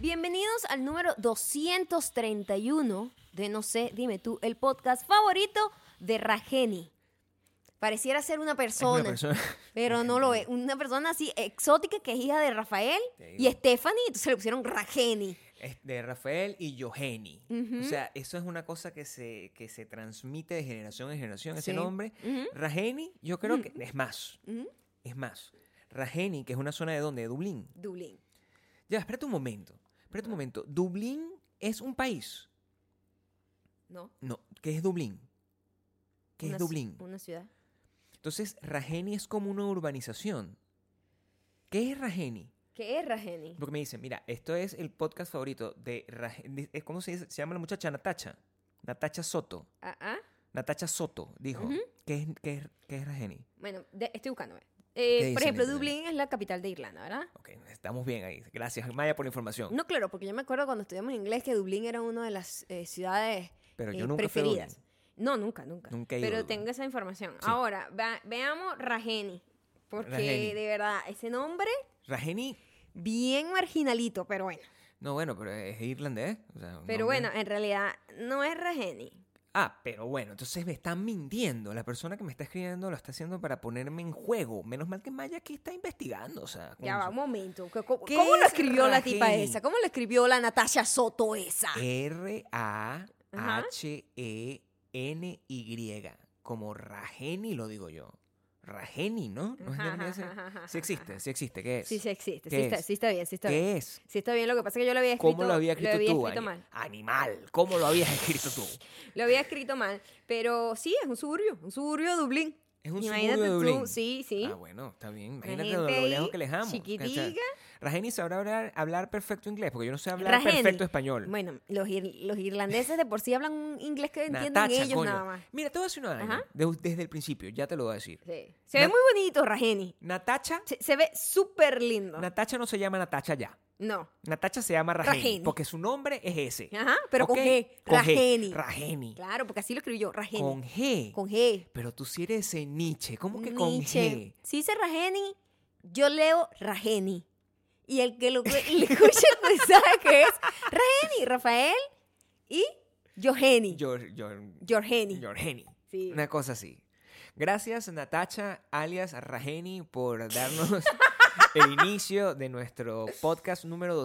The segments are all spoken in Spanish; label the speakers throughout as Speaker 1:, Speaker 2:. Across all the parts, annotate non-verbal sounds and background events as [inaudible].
Speaker 1: Bienvenidos al número 231 de No sé, dime tú, el podcast favorito de Rajeni. Pareciera ser una persona,
Speaker 2: persona. [laughs]
Speaker 1: pero no lo es. Una persona así exótica que es hija de Rafael
Speaker 2: Te
Speaker 1: y
Speaker 2: digo.
Speaker 1: Stephanie, entonces le pusieron Rajeni.
Speaker 2: Es de Rafael y Johenny.
Speaker 1: Ujú.
Speaker 2: O sea, eso es una cosa que se, que se transmite de generación en generación, ese
Speaker 1: Sí.
Speaker 2: nombre.
Speaker 1: Ujú.
Speaker 2: Rajeni, yo creo que. Es más,
Speaker 1: Ujú.
Speaker 2: es más. Rajeni, que es una zona de donde? De Dublín.
Speaker 1: Dublín.
Speaker 2: Ya, espérate un momento. Espérate un momento. Dublín es un país.
Speaker 1: ¿No?
Speaker 2: No, ¿qué es Dublín? ¿Qué
Speaker 1: Una
Speaker 2: es
Speaker 1: ci-
Speaker 2: Dublín?
Speaker 1: Una ciudad.
Speaker 2: Entonces, Rajeni es como una urbanización. ¿Qué es Rajeni?
Speaker 1: ¿Qué es Rajeni?
Speaker 2: Porque me dicen, mira, esto es el podcast favorito de Rajeni. es- ¿Cómo se, dice? se llama la muchacha? Natacha. Natacha Soto.
Speaker 1: Ah, ah.
Speaker 2: Natacha Soto dijo, ¿qué, es, qué, es, qué es Rajeni?
Speaker 1: Bueno, de- estoy buscando. eh. Eh,
Speaker 2: ¿Qué
Speaker 1: por
Speaker 2: dicen
Speaker 1: ejemplo,
Speaker 2: en internet?
Speaker 1: Dublín es la capital de Irlanda, ¿verdad?
Speaker 2: Ok, estamos bien ahí. Gracias, Maya, por la información.
Speaker 1: No, claro, porque yo me acuerdo cuando estudiamos inglés que Dublín era una de las eh, ciudades
Speaker 2: Pero yo
Speaker 1: eh,
Speaker 2: nunca fui a
Speaker 1: preferidas. no, nunca, nunca.
Speaker 2: Nunca he ido a
Speaker 1: Pero
Speaker 2: Dublín.
Speaker 1: tengo esa información.
Speaker 2: Sí.
Speaker 1: Ahora, va- veamos Rajeni. Porque
Speaker 2: Rajeni.
Speaker 1: de verdad, ese nombre,
Speaker 2: Rajeni,
Speaker 1: bien marginalito, pero bueno.
Speaker 2: no, bueno, pero es irlandés. o sea, un
Speaker 1: Pero
Speaker 2: nombre-
Speaker 1: bueno, en realidad no es Rajeni.
Speaker 2: Ah, pero bueno, entonces me están mintiendo. La persona que me está escribiendo lo está haciendo para ponerme en juego. Menos mal que Maya aquí está investigando. O sea, con
Speaker 1: Ya va,
Speaker 2: su-
Speaker 1: un momento. ¿Cómo, cómo
Speaker 2: ¿Qué
Speaker 1: lo
Speaker 2: es
Speaker 1: escribió la tipa
Speaker 2: Rajeni? Eh,
Speaker 1: esa? ¿Cómo lo escribió la Natasha Soto esa?
Speaker 2: R-A-H-E-N-Y. E Como Rajeni lo digo yo. Rajeni, ¿no? ¿No es
Speaker 1: Ajá,
Speaker 2: irlandés?
Speaker 1: ajá, ajá, ajá,
Speaker 2: Sí existe, sí existe. ¿Qué es?
Speaker 1: Sí, sí existe. Sí
Speaker 2: ¿Qué
Speaker 1: está,
Speaker 2: es?
Speaker 1: sí está bien, sí está bien.
Speaker 2: ¿Qué es?
Speaker 1: Sí está bien, lo que pasa es que yo lo había escrito,
Speaker 2: ¿Cómo lo había escrito tú?
Speaker 1: escrito
Speaker 2: ani-
Speaker 1: mal.
Speaker 2: Animal, ¿cómo lo habías escrito tú?
Speaker 1: Lo había escrito mal, pero sí, es un suburbio, un suburbio de Dublín.
Speaker 2: Es un
Speaker 1: Imagínate
Speaker 2: suburbio de
Speaker 1: tú,
Speaker 2: Dublín.
Speaker 1: sí, sí.
Speaker 2: Ah, bueno, está bien. Imagínate
Speaker 1: gente
Speaker 2: lo, lo lejos
Speaker 1: ahí,
Speaker 2: que les amo.
Speaker 1: chiquitica.
Speaker 2: ¿cachai? Rajeni sabrá hablar, hablar perfecto inglés, porque yo no sé hablar
Speaker 1: Rajeni.
Speaker 2: perfecto español.
Speaker 1: Bueno, los, ir- los irlandeses de por sí hablan un inglés que entienden ellos
Speaker 2: coño.
Speaker 1: nada más.
Speaker 2: Mira, te voy a decir una vaina,
Speaker 1: Ajá.
Speaker 2: de- desde el principio, ya te lo voy a decir.
Speaker 1: Sí. Se ve
Speaker 2: Na-
Speaker 1: muy bonito, Rajeni.
Speaker 2: Natacha,
Speaker 1: Se, se ve súper lindo.
Speaker 2: Natacha no se llama Natacha ya.
Speaker 1: no.
Speaker 2: Natacha se llama Rajeni,
Speaker 1: Rajeni.
Speaker 2: porque su nombre es ese.
Speaker 1: Ajá, pero con
Speaker 2: ¿Ok?
Speaker 1: G,
Speaker 2: Con
Speaker 1: Rajeni.
Speaker 2: Rajeni.
Speaker 1: Claro, porque así lo escribí yo, Rajeni.
Speaker 2: Con
Speaker 1: Con,
Speaker 2: G.
Speaker 1: G.
Speaker 2: Pero tú sí eres ese Nietzsche. ¿Cómo que
Speaker 1: Nietzsche.
Speaker 2: con G?
Speaker 1: Si dice Rajeni, yo leo Rajeni. Y el que lo [laughs] le escucha el mensaje que es Rajeni, Rafael y Joheni.
Speaker 2: Yor- Yor-
Speaker 1: Jorgeni.
Speaker 2: Yorgeni.
Speaker 1: Sí.
Speaker 2: Una cosa así. Gracias, Natacha, alias Rajeni, por
Speaker 1: [laughs]
Speaker 2: darnos el inicio de nuestro podcast número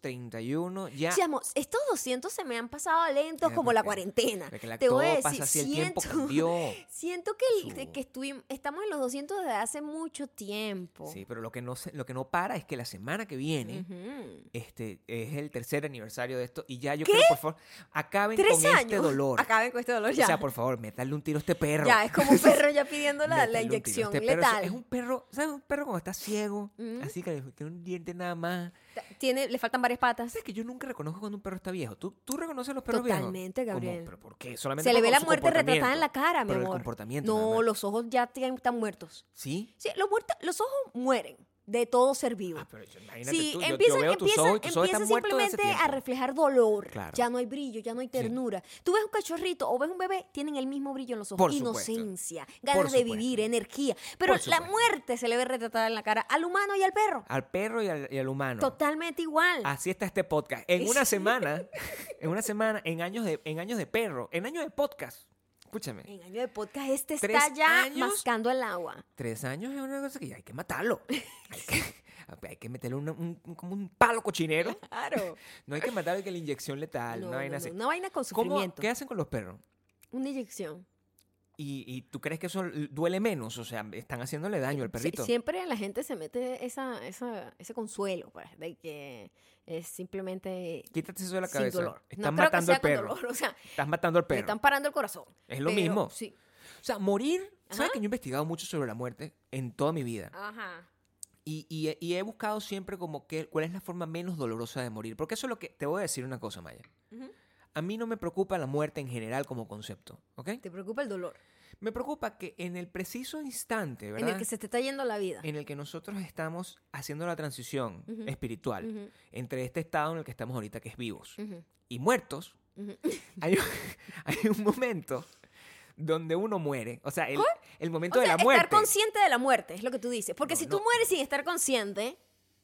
Speaker 2: 231. Ya.
Speaker 1: Chamos, estos 200 se me han pasado lentos
Speaker 2: Ya,
Speaker 1: como la
Speaker 2: porque-
Speaker 1: cuarentena.
Speaker 2: porque la-
Speaker 1: Te
Speaker 2: todo
Speaker 1: voy a decir,
Speaker 2: pasa así, el tiempo
Speaker 1: siento,
Speaker 2: cambió.
Speaker 1: [laughs] siento que, el-
Speaker 2: Su-
Speaker 1: que estuvim- estamos en los 200 desde hace mucho tiempo.
Speaker 2: Sí, pero lo que, no se- lo que no para es que la semana que viene
Speaker 1: Oh. Ujú.
Speaker 2: este, es el tercer aniversario de esto y ya yo quiero, por favor, acaben
Speaker 1: Tres
Speaker 2: con
Speaker 1: años.
Speaker 2: este dolor.
Speaker 1: Acaben con este dolor ya.
Speaker 2: O sea, por favor, métale un tiro a este perro.
Speaker 1: ya, es como un perro ya
Speaker 2: [laughs]
Speaker 1: pidiendo la, la
Speaker 2: Métale un tiro a
Speaker 1: inyección
Speaker 2: este perro.
Speaker 1: letal.
Speaker 2: Es un perro, ¿sabes? Un perro cuando está ciego,
Speaker 1: Ujú.
Speaker 2: así que le- tiene un diente nada más.
Speaker 1: Tiene, le faltan varias patas.
Speaker 2: ¿Sabes que yo nunca reconozco cuando un perro está viejo? ¿Tú, tú reconoces los perros
Speaker 1: Totalmente,
Speaker 2: viejos? ¿Cómo?
Speaker 1: Gabriel.
Speaker 2: ¿Pero por qué? Solamente
Speaker 1: Se le
Speaker 2: por
Speaker 1: ve la
Speaker 2: su
Speaker 1: muerte retratada en la
Speaker 2: comportamiento.
Speaker 1: cara, mi
Speaker 2: Pero el
Speaker 1: amor.
Speaker 2: comportamiento nada
Speaker 1: no,
Speaker 2: más.
Speaker 1: los ojos ya tienen- están muertos.
Speaker 2: ¿Sí?
Speaker 1: Sí, los, muertos- los ojos mueren de todo ser vivo.
Speaker 2: Ah, pero yo- imagínate
Speaker 1: Sí,
Speaker 2: tú, yo-
Speaker 1: empieza,
Speaker 2: yo, veo tus
Speaker 1: empieza-
Speaker 2: ojos y tus ojos
Speaker 1: empieza
Speaker 2: están muertos de hace
Speaker 1: simplemente a
Speaker 2: tiempo.
Speaker 1: reflejar dolor.
Speaker 2: Claro.
Speaker 1: Ya no hay brillo, ya no hay ternura. Tú ves un cachorrito o ves un bebé, tienen el mismo brillo en los ojos.
Speaker 2: Por supuesto.
Speaker 1: Inocencia, ganas
Speaker 2: Por
Speaker 1: de
Speaker 2: supuesto.
Speaker 1: vivir, energía. Pero
Speaker 2: Por
Speaker 1: la
Speaker 2: supuesto. Ah,
Speaker 1: muerte se le ve retratada en la cara al humano y al perro.
Speaker 2: Al perro y al, y al humano.
Speaker 1: Totalmente igual.
Speaker 2: Así está este podcast. En
Speaker 1: [laughs]
Speaker 2: una semana, en una semana, en años de, en años de perro, en años de podcast. Escúchame.
Speaker 1: En año de podcast, este
Speaker 2: Tres
Speaker 1: está ya
Speaker 2: años.
Speaker 1: mascando el agua.
Speaker 2: Tres años es una cosa que ya hay que matarlo. Hay que, hay que meterle una- un, un- como un palo cochinero.
Speaker 1: Claro.
Speaker 2: No hay que matarlo que la inyección letal,
Speaker 1: No,
Speaker 2: una vaina
Speaker 1: no,
Speaker 2: así.
Speaker 1: no, una vaina con
Speaker 2: ¿Cómo-
Speaker 1: sufrimiento.
Speaker 2: ¿Qué hacen con los perros?
Speaker 1: Una inyección.
Speaker 2: ¿Y, y tú crees que eso duele menos? O sea, están haciéndole daño al
Speaker 1: Sie-
Speaker 2: perrito.
Speaker 1: siempre la gente se mete esa, esa- ese consuelo, pues, de que es simplemente
Speaker 2: Quítate eso de la
Speaker 1: sin
Speaker 2: cabeza.
Speaker 1: dolor.
Speaker 2: Estás
Speaker 1: no creo que
Speaker 2: matando
Speaker 1: sea
Speaker 2: al
Speaker 1: con
Speaker 2: perro.
Speaker 1: dolor, [laughs] o sea,
Speaker 2: Estás matando al
Speaker 1: le
Speaker 2: perro.
Speaker 1: están parando el corazón.
Speaker 2: Es lo
Speaker 1: Pero
Speaker 2: mismo.
Speaker 1: Sí.
Speaker 2: O sea, morir. ¿Sabes
Speaker 1: Ajá.
Speaker 2: que yo he investigado mucho sobre la muerte en toda mi vida?
Speaker 1: Ajá.
Speaker 2: Y, y he- y he buscado siempre como que, cuál es la forma menos dolorosa de morir. Porque eso es lo que... Te voy a decir una cosa, Maya.
Speaker 1: Ujú.
Speaker 2: A mí no me preocupa la muerte en general como concepto, ¿ok?
Speaker 1: Te preocupa el dolor
Speaker 2: Me preocupa que en el preciso instante, ¿verdad?
Speaker 1: en el que se te está yendo la vida.
Speaker 2: En el que nosotros estamos haciendo la transición
Speaker 1: Ujú.
Speaker 2: espiritual
Speaker 1: Ujú,
Speaker 2: entre este estado en el que estamos ahorita, que es vivos,
Speaker 1: ujú,
Speaker 2: y muertos,
Speaker 1: ujú.
Speaker 2: hay un, [laughs] hay un momento donde uno muere. O sea, el, el momento
Speaker 1: O sea,
Speaker 2: de la muerte.
Speaker 1: estar consciente de la muerte, es lo que tú dices. Porque
Speaker 2: No,
Speaker 1: si tú
Speaker 2: no.
Speaker 1: mueres sin estar consciente,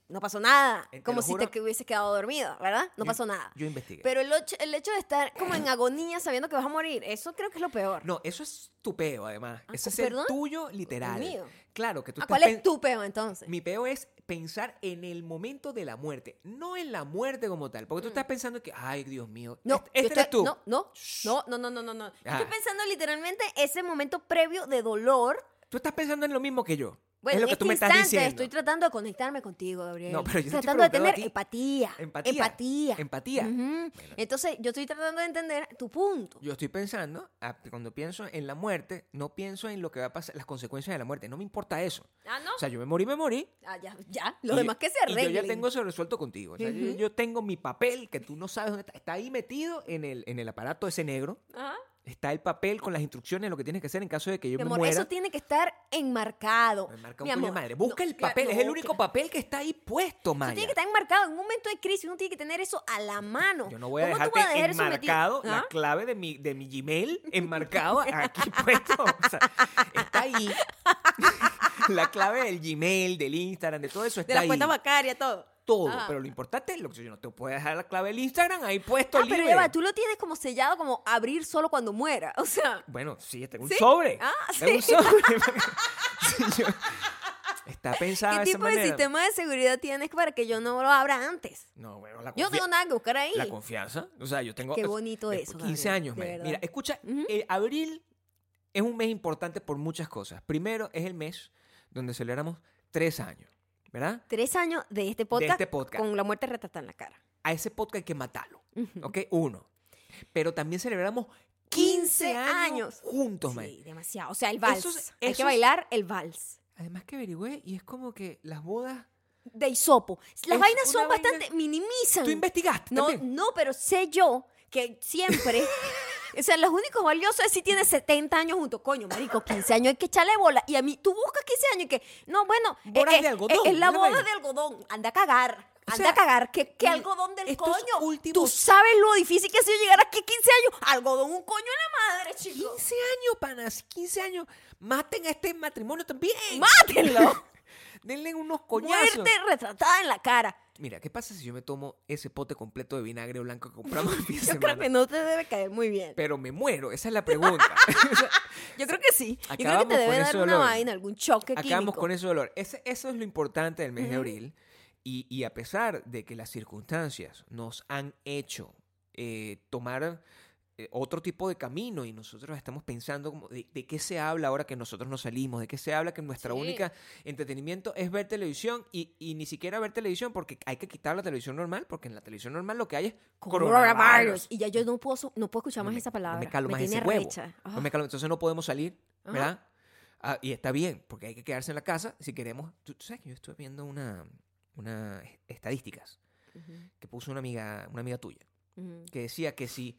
Speaker 1: no pasó nada.
Speaker 2: Eh, te
Speaker 1: como
Speaker 2: lo
Speaker 1: si
Speaker 2: juro.
Speaker 1: te que- hubieses quedado dormido, ¿verdad? No
Speaker 2: Yo-
Speaker 1: pasó nada.
Speaker 2: Yo investigué.
Speaker 1: Pero el, ocho- el hecho de estar como en agonía sabiendo que vas a morir, eso creo que es lo peor.
Speaker 2: No, eso es tu peo, además.
Speaker 1: Ah,
Speaker 2: Ese es
Speaker 1: ¿perdón?
Speaker 2: el tuyo literal.
Speaker 1: Mío.
Speaker 2: Claro, que tú
Speaker 1: Ah,
Speaker 2: estás
Speaker 1: ¿Cuál es
Speaker 2: pen-
Speaker 1: tu peo entonces?
Speaker 2: Mi peo es pensar en el momento de la muerte, no en la muerte como tal. Porque tú estás pensando que, ay, Dios mío,
Speaker 1: Mm. No,
Speaker 2: este,
Speaker 1: yo
Speaker 2: este eres
Speaker 1: estoy-
Speaker 2: tú.
Speaker 1: No, no,
Speaker 2: Shh.
Speaker 1: no, no, no, no, no, no. Estoy
Speaker 2: Ah.
Speaker 1: pensando literalmente ese momento previo de dolor.
Speaker 2: Tú estás pensando en lo mismo que yo.
Speaker 1: Bueno,
Speaker 2: es lo
Speaker 1: en
Speaker 2: que
Speaker 1: este
Speaker 2: tú me estás
Speaker 1: instante
Speaker 2: diciendo.
Speaker 1: estoy tratando de conectarme contigo, Gabriel.
Speaker 2: No, pero yo te estoy
Speaker 1: tratando de
Speaker 2: preguntando
Speaker 1: tener
Speaker 2: a ti.
Speaker 1: empatía,
Speaker 2: Empatía.
Speaker 1: empatía.
Speaker 2: Empatía.
Speaker 1: Ujú.
Speaker 2: Bueno.
Speaker 1: Entonces, yo estoy tratando de entender tu punto.
Speaker 2: Yo estoy pensando, ah, cuando pienso en la muerte, no pienso en lo que va a pasar, las consecuencias de la muerte. No me importa eso.
Speaker 1: Ah, no.
Speaker 2: O sea, yo me morí, me morí.
Speaker 1: Ah, ya, ya.
Speaker 2: y
Speaker 1: Los
Speaker 2: yo-
Speaker 1: demás que se
Speaker 2: y
Speaker 1: arreglen.
Speaker 2: Yo ya tengo eso resuelto contigo. O sea, yo,
Speaker 1: Ujú.
Speaker 2: yo tengo mi papel, que tú no sabes dónde está. Está ahí metido en el, en el aparato ese negro.
Speaker 1: Ajá.
Speaker 2: Está el papel con las instrucciones, lo que tienes que hacer en caso de que yo
Speaker 1: Mi
Speaker 2: me
Speaker 1: amor,
Speaker 2: muera.
Speaker 1: eso tiene que estar enmarcado.
Speaker 2: Me marca un
Speaker 1: mi
Speaker 2: coño de
Speaker 1: amor.
Speaker 2: madre. Busca
Speaker 1: No,
Speaker 2: el
Speaker 1: claro,
Speaker 2: papel, es
Speaker 1: no,
Speaker 2: el único
Speaker 1: claro.
Speaker 2: papel que está ahí puesto,
Speaker 1: Eso
Speaker 2: Maya.
Speaker 1: tiene que estar enmarcado. En un momento de crisis uno tiene que tener eso a la mano.
Speaker 2: Yo no voy a
Speaker 1: ¿Cómo tú
Speaker 2: dejarte
Speaker 1: vas a dejar eso metido?
Speaker 2: enmarcado
Speaker 1: ¿Ah?
Speaker 2: la clave de mi, de mi Gmail,
Speaker 1: [laughs]
Speaker 2: enmarcado aquí puesto. O sea, está ahí. [laughs] la clave del Gmail, del Instagram, de todo eso
Speaker 1: De
Speaker 2: está
Speaker 1: las
Speaker 2: ahí.
Speaker 1: cuentas Ah. bancarias, todo.
Speaker 2: Todo.
Speaker 1: Ajá.
Speaker 2: Pero lo importante es lo que yo no te puedo dejar la clave del Instagram ahí puesto
Speaker 1: Ah, pero
Speaker 2: libre.
Speaker 1: ya va, tú lo tienes como sellado, como abrir solo cuando muera. [laughs] O sea,
Speaker 2: Bueno, sí, tengo un
Speaker 1: ¿Sí?
Speaker 2: sobre.
Speaker 1: Ah,
Speaker 2: Tengo un
Speaker 1: sí.
Speaker 2: sobre.
Speaker 1: [laughs]
Speaker 2: [laughs] Sí, yo- Está pensado
Speaker 1: ¿qué
Speaker 2: de esa
Speaker 1: tipo de
Speaker 2: manera.
Speaker 1: sistema de seguridad tienes para que yo no lo abra antes?
Speaker 2: No, bueno, la
Speaker 1: Yo no
Speaker 2: confia-
Speaker 1: tengo nada que buscar ahí.
Speaker 2: La confianza. O sea, yo tengo.
Speaker 1: Qué bonito
Speaker 2: eh,
Speaker 1: eso,
Speaker 2: 15
Speaker 1: Gabriel,
Speaker 2: años,
Speaker 1: de
Speaker 2: Maya.
Speaker 1: verdad.
Speaker 2: Mira, escucha,
Speaker 1: Ujú.
Speaker 2: eh, abril es un mes importante por muchas cosas. Primero, es el mes donde celebramos tres años, ¿verdad?
Speaker 1: Tres años de este podcast,
Speaker 2: este podcast.
Speaker 1: con la muerte retratada en la cara.
Speaker 2: A ese podcast hay que matarlo.
Speaker 1: Ujú.
Speaker 2: ¿Ok? Uno. Pero también celebramos
Speaker 1: 15
Speaker 2: 15, años
Speaker 1: años.
Speaker 2: juntos, Maya.
Speaker 1: Sí, demasiado. O sea, el vals.
Speaker 2: Esos-
Speaker 1: Hay que
Speaker 2: esos-
Speaker 1: bailar el vals.
Speaker 2: Además que averigüé y es como que las bodas.
Speaker 1: De hisopo. Las
Speaker 2: Es
Speaker 1: vainas son
Speaker 2: una vaina-
Speaker 1: bastante. minimizan.
Speaker 2: Tú investigaste.
Speaker 1: Ah. No,
Speaker 2: también?
Speaker 1: no, pero sé yo que
Speaker 2: [laughs]
Speaker 1: siempre. O sea, los únicos valiosos es si tienes 70 años junto. Coño, marico, 15 años hay que echarle bola. Y a mí, tú buscas 15 años y que, no, bueno, eh,
Speaker 2: Bolas
Speaker 1: eh,
Speaker 2: de algodón,
Speaker 1: eh, es la
Speaker 2: una
Speaker 1: boda
Speaker 2: vaina.
Speaker 1: de algodón. Anda a cagar.
Speaker 2: O
Speaker 1: Anda
Speaker 2: sea,
Speaker 1: a cagar. ¿Qué, qué
Speaker 2: mira,
Speaker 1: algodón del
Speaker 2: estos
Speaker 1: coño? Tú
Speaker 2: últimos-
Speaker 1: sabes lo difícil que ha sido llegar aquí 15 años. Algodón, un coño en la madre, chicos.
Speaker 2: 15 años, panas, 15 años. Maten a este matrimonio también.
Speaker 1: ¡Mátenlo!
Speaker 2: [laughs] Denle unos coñazos.
Speaker 1: Muerte retratada en la cara.
Speaker 2: Mira, ¿qué pasa si yo me tomo ese pote completo de vinagre blanco que
Speaker 1: [laughs]
Speaker 2: compramos el fin de
Speaker 1: Yo creo que
Speaker 2: semana?
Speaker 1: no te debe caer muy bien.
Speaker 2: Pero me muero, esa es la
Speaker 1: [laughs]
Speaker 2: pregunta.
Speaker 1: Yo creo que sí. Yo creo que te
Speaker 2: Acabamos
Speaker 1: debe
Speaker 2: con
Speaker 1: dar
Speaker 2: ese
Speaker 1: una
Speaker 2: olor.
Speaker 1: vaina, algún choque
Speaker 2: Acabamos
Speaker 1: químico.
Speaker 2: con ese dolor. Ese- eso es lo importante del mes de abril. Y, y a pesar de que las circunstancias nos han hecho eh, tomar eh, otro tipo de camino y nosotros estamos pensando como de, de qué se habla ahora que nosotros no salimos, de qué se habla que nuestra
Speaker 1: Sí.
Speaker 2: única entretenimiento es ver televisión y, y ni siquiera ver televisión porque hay que quitar la televisión normal porque en la televisión normal lo que hay es coronavirus.
Speaker 1: coronavirus. Y ya yo no puedo, su- no puedo escuchar
Speaker 2: No
Speaker 1: más
Speaker 2: me-
Speaker 1: esa palabra.
Speaker 2: No me calo más
Speaker 1: tiene
Speaker 2: ese huevo.
Speaker 1: arrecha. Ah,
Speaker 2: No me calo- entonces no podemos salir,
Speaker 1: Ajá.
Speaker 2: ¿verdad? Ah, y está bien, porque hay que quedarse en la casa si queremos. Tú tú sabes que yo estuve viendo una, una es- estadísticas
Speaker 1: ujú,
Speaker 2: que puso una amiga, una amiga tuya,
Speaker 1: ujú.
Speaker 2: que decía que si,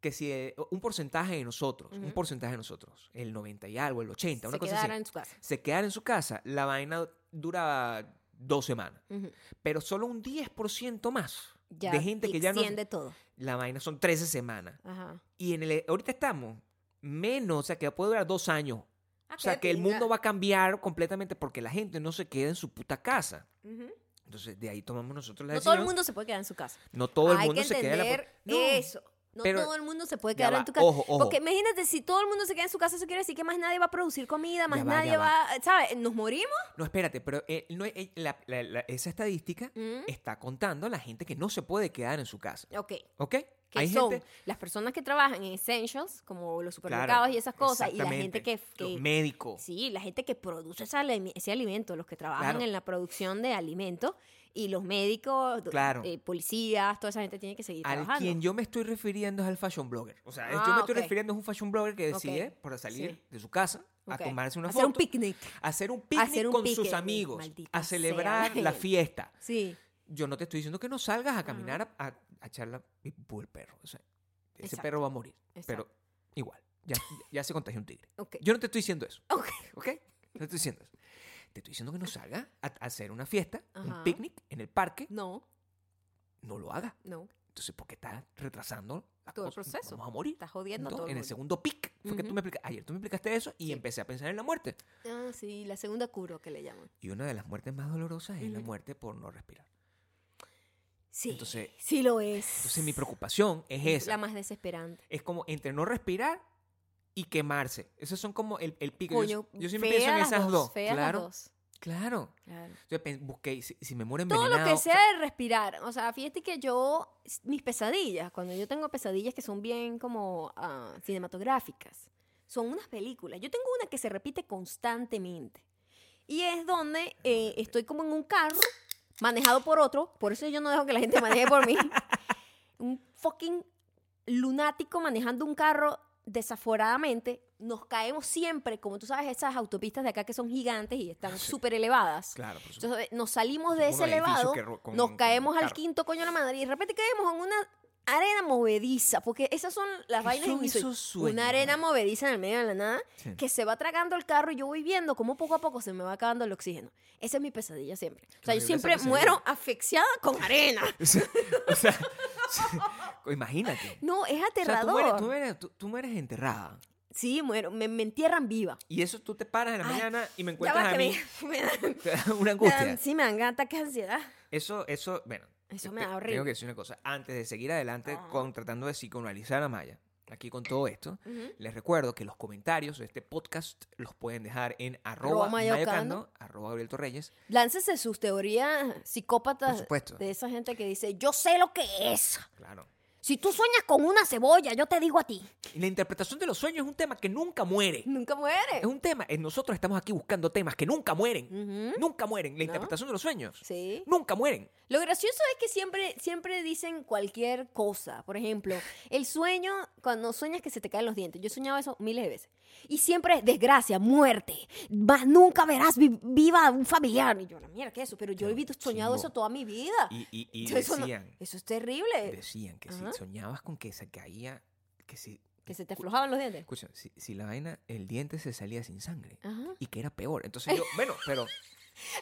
Speaker 2: que si eh, un porcentaje de nosotros, un
Speaker 1: Ujú.
Speaker 2: porcentaje de nosotros, el 90 y algo, el 80, una
Speaker 1: Se
Speaker 2: cosa
Speaker 1: quedara
Speaker 2: así,
Speaker 1: en su casa.
Speaker 2: se quedara en su casa, la vaina dura dos semanas.
Speaker 1: Ujú.
Speaker 2: Pero solo un 10% más
Speaker 1: Ya
Speaker 2: de gente que ya no...
Speaker 1: extiende todo.
Speaker 2: La vaina son 13 semanas.
Speaker 1: Ajá.
Speaker 2: Y en el, ahorita estamos menos, o sea, que puede durar dos años.
Speaker 1: Ah,
Speaker 2: O sea,
Speaker 1: qué
Speaker 2: que el
Speaker 1: pinga.
Speaker 2: mundo va a cambiar completamente porque la gente no se queda en su puta casa.
Speaker 1: Ujú.
Speaker 2: Entonces, de ahí tomamos nosotros la
Speaker 1: No todo
Speaker 2: decisión.
Speaker 1: el mundo se puede quedar en su casa.
Speaker 2: no todo el
Speaker 1: Hay
Speaker 2: mundo
Speaker 1: que
Speaker 2: se queda en la
Speaker 1: entender
Speaker 2: pu- No,
Speaker 1: eso. No
Speaker 2: pero-
Speaker 1: todo el mundo se puede
Speaker 2: ya
Speaker 1: quedar
Speaker 2: va,
Speaker 1: en tu casa.
Speaker 2: ojo, ojo.
Speaker 1: Porque imagínate, si todo el mundo se queda en su casa, eso quiere decir que más nadie va a producir comida, más
Speaker 2: Ya va, ya
Speaker 1: nadie
Speaker 2: va.
Speaker 1: va, ¿sabes? Nos morimos.
Speaker 2: No, espérate, pero eh, no, eh, la- la- la- esa estadística
Speaker 1: Mm.
Speaker 2: está contando a la gente que no se puede quedar en su casa.
Speaker 1: Ok.
Speaker 2: ¿Ok?
Speaker 1: que son las personas que trabajan en essentials, como los
Speaker 2: Claro,
Speaker 1: supermercados y esas cosas, y la gente
Speaker 2: exactamente,
Speaker 1: que,
Speaker 2: Los
Speaker 1: que-
Speaker 2: médicos.
Speaker 1: sí, la gente que produce ese, alime- ese alimento, los que trabajan
Speaker 2: Claro.
Speaker 1: en la producción de alimentos, y los médicos, do-
Speaker 2: Claro.
Speaker 1: eh, policías, toda esa gente tiene que seguir
Speaker 2: Al
Speaker 1: trabajando.
Speaker 2: quien yo me estoy refiriendo es al fashion blogger. O sea, yo
Speaker 1: Ah,
Speaker 2: me estoy
Speaker 1: ok.
Speaker 2: refiriendo a un fashion blogger que
Speaker 1: Ok,
Speaker 2: decide por salir
Speaker 1: sí.
Speaker 2: de su casa
Speaker 1: Ok.
Speaker 2: a tomarse una
Speaker 1: Hacer un
Speaker 2: foto,
Speaker 1: picnic.
Speaker 2: hacer un picnic
Speaker 1: Hacer un
Speaker 2: con
Speaker 1: picnic,
Speaker 2: sus amigos,
Speaker 1: maldita
Speaker 2: a
Speaker 1: sea
Speaker 2: celebrar
Speaker 1: la
Speaker 2: la
Speaker 1: gente.
Speaker 2: fiesta.
Speaker 1: Sí,
Speaker 2: Yo no te estoy diciendo que no salgas a caminar a, a, a echar la pipú al perro. O sea, ese
Speaker 1: Exacto.
Speaker 2: perro va a morir.
Speaker 1: Exacto.
Speaker 2: Pero igual, ya, ya se contagia un tigre.
Speaker 1: ok.
Speaker 2: Yo no te estoy diciendo eso.
Speaker 1: Ok.
Speaker 2: ¿Ok? No te estoy diciendo eso. Te estoy diciendo que no salgas a, a hacer una fiesta,
Speaker 1: Ajá.
Speaker 2: un picnic en el parque.
Speaker 1: No,
Speaker 2: No lo hagas.
Speaker 1: no,
Speaker 2: Entonces, ¿por qué estás retrasando la
Speaker 1: Todo el
Speaker 2: cosa?
Speaker 1: proceso.
Speaker 2: Vamos a morir.
Speaker 1: estás jodiendo a
Speaker 2: Entonces,
Speaker 1: todo
Speaker 2: en el
Speaker 1: mundo.
Speaker 2: segundo pic fue que tú
Speaker 1: Ujú.
Speaker 2: me explica- ayer tú me explicaste eso y
Speaker 1: Sí.
Speaker 2: empecé a pensar en la muerte.
Speaker 1: Ah, Ah, sí, la segunda curo que le llaman.
Speaker 2: Y una de las muertes más dolorosas es la
Speaker 1: Ujú.
Speaker 2: muerte por no respirar.
Speaker 1: Sí,
Speaker 2: Entonces-
Speaker 1: sí lo es.
Speaker 2: Entonces mi preocupación es esa.
Speaker 1: La más desesperante.
Speaker 2: Es como entre no respirar y quemarse. Esos son como el, el pico. Yo-
Speaker 1: Coño,
Speaker 2: yo, siempre
Speaker 1: feas
Speaker 2: pienso en
Speaker 1: las
Speaker 2: esas dos.
Speaker 1: feas las
Speaker 2: Claro,
Speaker 1: dos.
Speaker 2: claro.
Speaker 1: Claro.
Speaker 2: Yo pen- busqué, si, si me muero
Speaker 1: Todo
Speaker 2: envenenado.
Speaker 1: lo que
Speaker 2: o sea,
Speaker 1: sea de respirar. O sea, fíjate que yo, s- mis pesadillas, cuando yo tengo pesadillas que son bien como ah, cinematográficas, son unas películas. Yo tengo una que se repite constantemente. Y es donde eh, estoy como en un carro manejado por otro. Por eso yo no dejo que la gente maneje
Speaker 2: [laughs]
Speaker 1: por mí. un fucking lunático manejando un carro desaforadamente. Nos caemos siempre, como tú sabes, esas autopistas de acá que son gigantes y están
Speaker 2: Sí.
Speaker 1: súper elevadas.
Speaker 2: Claro, por supuesto.
Speaker 1: Entonces nos salimos
Speaker 2: Son
Speaker 1: de
Speaker 2: como
Speaker 1: ese
Speaker 2: los edificios
Speaker 1: elevado,
Speaker 2: que ro- con-
Speaker 1: nos
Speaker 2: con
Speaker 1: caemos al
Speaker 2: carro.
Speaker 1: quinto coño de la madre y de repente caemos en una arena movediza, porque esas son las
Speaker 2: ¿Qué
Speaker 1: vainas de
Speaker 2: son
Speaker 1: mi sueño.
Speaker 2: esos sueños?
Speaker 1: Una arena movediza en el medio de la nada
Speaker 2: Sí.
Speaker 1: que se va tragando el carro y yo voy viendo cómo poco a poco se me va acabando el oxígeno. Esa es mi pesadilla siempre. O sea, yo
Speaker 2: horrible esa
Speaker 1: siempre
Speaker 2: pesadilla.
Speaker 1: muero asfixiada con arena.
Speaker 2: O sea, [laughs] o sea, sí,
Speaker 1: [laughs]
Speaker 2: imagínate.
Speaker 1: No, es
Speaker 2: O sea, tú,
Speaker 1: aterrador.
Speaker 2: mueres, tú, mueres, tú- tú mueres enterrada.
Speaker 1: Sí, muero, me, me entierran viva.
Speaker 2: Y eso tú te paras en la
Speaker 1: Ay,
Speaker 2: mañana y me
Speaker 1: Ya va
Speaker 2: encuentras a
Speaker 1: que
Speaker 2: mí.
Speaker 1: me, [laughs] me dan-
Speaker 2: [laughs] Te da una
Speaker 1: me dan- [laughs]
Speaker 2: angustia.
Speaker 1: sí, me dan ataques de ansiedad.
Speaker 2: Eso, eso, bueno.
Speaker 1: Eso
Speaker 2: te-
Speaker 1: me da
Speaker 2: te-
Speaker 1: horrible. Ah.
Speaker 2: Tengo que decir una cosa. Antes de seguir adelante
Speaker 1: Ajá.
Speaker 2: con tratando de psicoanalizar a Maya, aquí con todo esto,
Speaker 1: Ujú.
Speaker 2: les recuerdo que los comentarios de este podcast los pueden dejar en
Speaker 1: Arroba
Speaker 2: arroba
Speaker 1: Maya
Speaker 2: mayocando,
Speaker 1: Ocando.
Speaker 2: arroba Gabriel Torreyes.
Speaker 1: Láncese sus teorías
Speaker 2: Por
Speaker 1: psicópatas
Speaker 2: supuesto.
Speaker 1: de esa gente que dice, yo sé lo que es.
Speaker 2: Claro.
Speaker 1: Si tú sueñas con una cebolla, yo te digo a ti.
Speaker 2: Y la interpretación de los sueños es un tema que nunca muere.
Speaker 1: [laughs] Nunca muere.
Speaker 2: Es un tema. eh, Nosotros estamos aquí buscando temas que nunca mueren.
Speaker 1: Ujú.
Speaker 2: Nunca mueren. La
Speaker 1: ¿No?
Speaker 2: interpretación de los sueños.
Speaker 1: Sí.
Speaker 2: Nunca mueren.
Speaker 1: Lo gracioso es que siempre, siempre dicen cualquier cosa. Por ejemplo, el sueño, cuando sueñas que se te caen los dientes. Yo he soñado eso miles de veces. Y siempre es desgracia, muerte. Más nunca verás vi- viva a un familiar. Y yo, la mierda, ¿qué es eso? Pero yo he
Speaker 2: Claro,
Speaker 1: visto- soñado
Speaker 2: chimbo.
Speaker 1: eso toda mi vida.
Speaker 2: Y, y- y
Speaker 1: Yo eso, no-
Speaker 2: decían,
Speaker 1: eso es terrible.
Speaker 2: decían que
Speaker 1: Ajá.
Speaker 2: si soñabas con que se caía, que si.
Speaker 1: que se te
Speaker 2: escu-
Speaker 1: aflojaban los dientes.
Speaker 2: Escucha, si, si la vaina, el diente se salía sin sangre.
Speaker 1: Ajá.
Speaker 2: Y que era peor. Entonces yo, bueno, pero.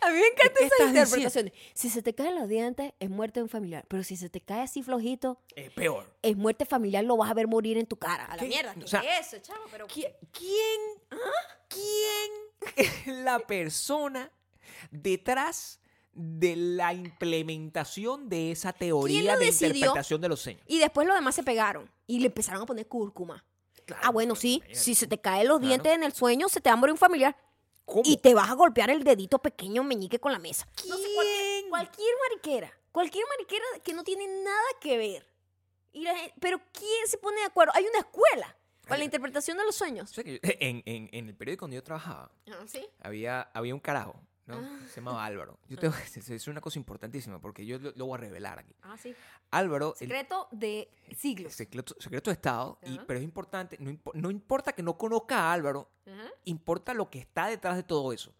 Speaker 1: A mí me encantan
Speaker 2: ¿Qué
Speaker 1: esas
Speaker 2: estás
Speaker 1: interpretaciones. Si se te caen los dientes, es muerte de un familiar. Pero si se te cae así flojito,
Speaker 2: Es eh, peor.
Speaker 1: es muerte familiar, lo vas a ver morir en tu cara. A la
Speaker 2: ¿Qué?
Speaker 1: mierda.
Speaker 2: O
Speaker 1: ¿Qué
Speaker 2: sea,
Speaker 1: es eso, chavo? Pero
Speaker 2: ¿Qui- ¿Quién? ¿Quién es la persona detrás de la implementación de esa teoría
Speaker 1: lo
Speaker 2: de
Speaker 1: decidió?
Speaker 2: interpretación de los sueños?
Speaker 1: Y después los demás se pegaron y le empezaron a poner cúrcuma.
Speaker 2: Claro,
Speaker 1: Ah, bueno,
Speaker 2: pero
Speaker 1: sí.
Speaker 2: imagínate
Speaker 1: Si se
Speaker 2: tú.
Speaker 1: te caen los
Speaker 2: Claro.
Speaker 1: dientes en el sueño, se te va a morir un familiar.
Speaker 2: ¿Cómo?
Speaker 1: Y te vas a golpear el dedito pequeño meñique con la mesa. No sé, cualquier,
Speaker 2: ¿Quién?
Speaker 1: cualquier mariquera. Cualquier mariquera que no tiene nada que ver. Y la gente- pero ¿quién se pone de acuerdo? Hay una escuela para
Speaker 2: Hay-
Speaker 1: la interpretación de los
Speaker 2: O
Speaker 1: sueños.
Speaker 2: sea que yo- eh, en, en- en el periódico donde yo trabajaba,
Speaker 1: ¿Sí?
Speaker 2: había, había un carajo, ¿no?
Speaker 1: Ah.
Speaker 2: Se llamaba Álvaro. Yo tengo que es una cosa importantísima porque yo lo, lo voy a revelar aquí.
Speaker 1: Ah, sí.
Speaker 2: Álvaro, el-
Speaker 1: Secreto de
Speaker 2: el
Speaker 1: siglos.
Speaker 2: secreto, secreto de Estado, y-
Speaker 1: Ajá.
Speaker 2: pero es importante, no, impo- no importa que no conozca a Álvaro,
Speaker 1: Ajá.
Speaker 2: importa lo que está detrás de todo eso.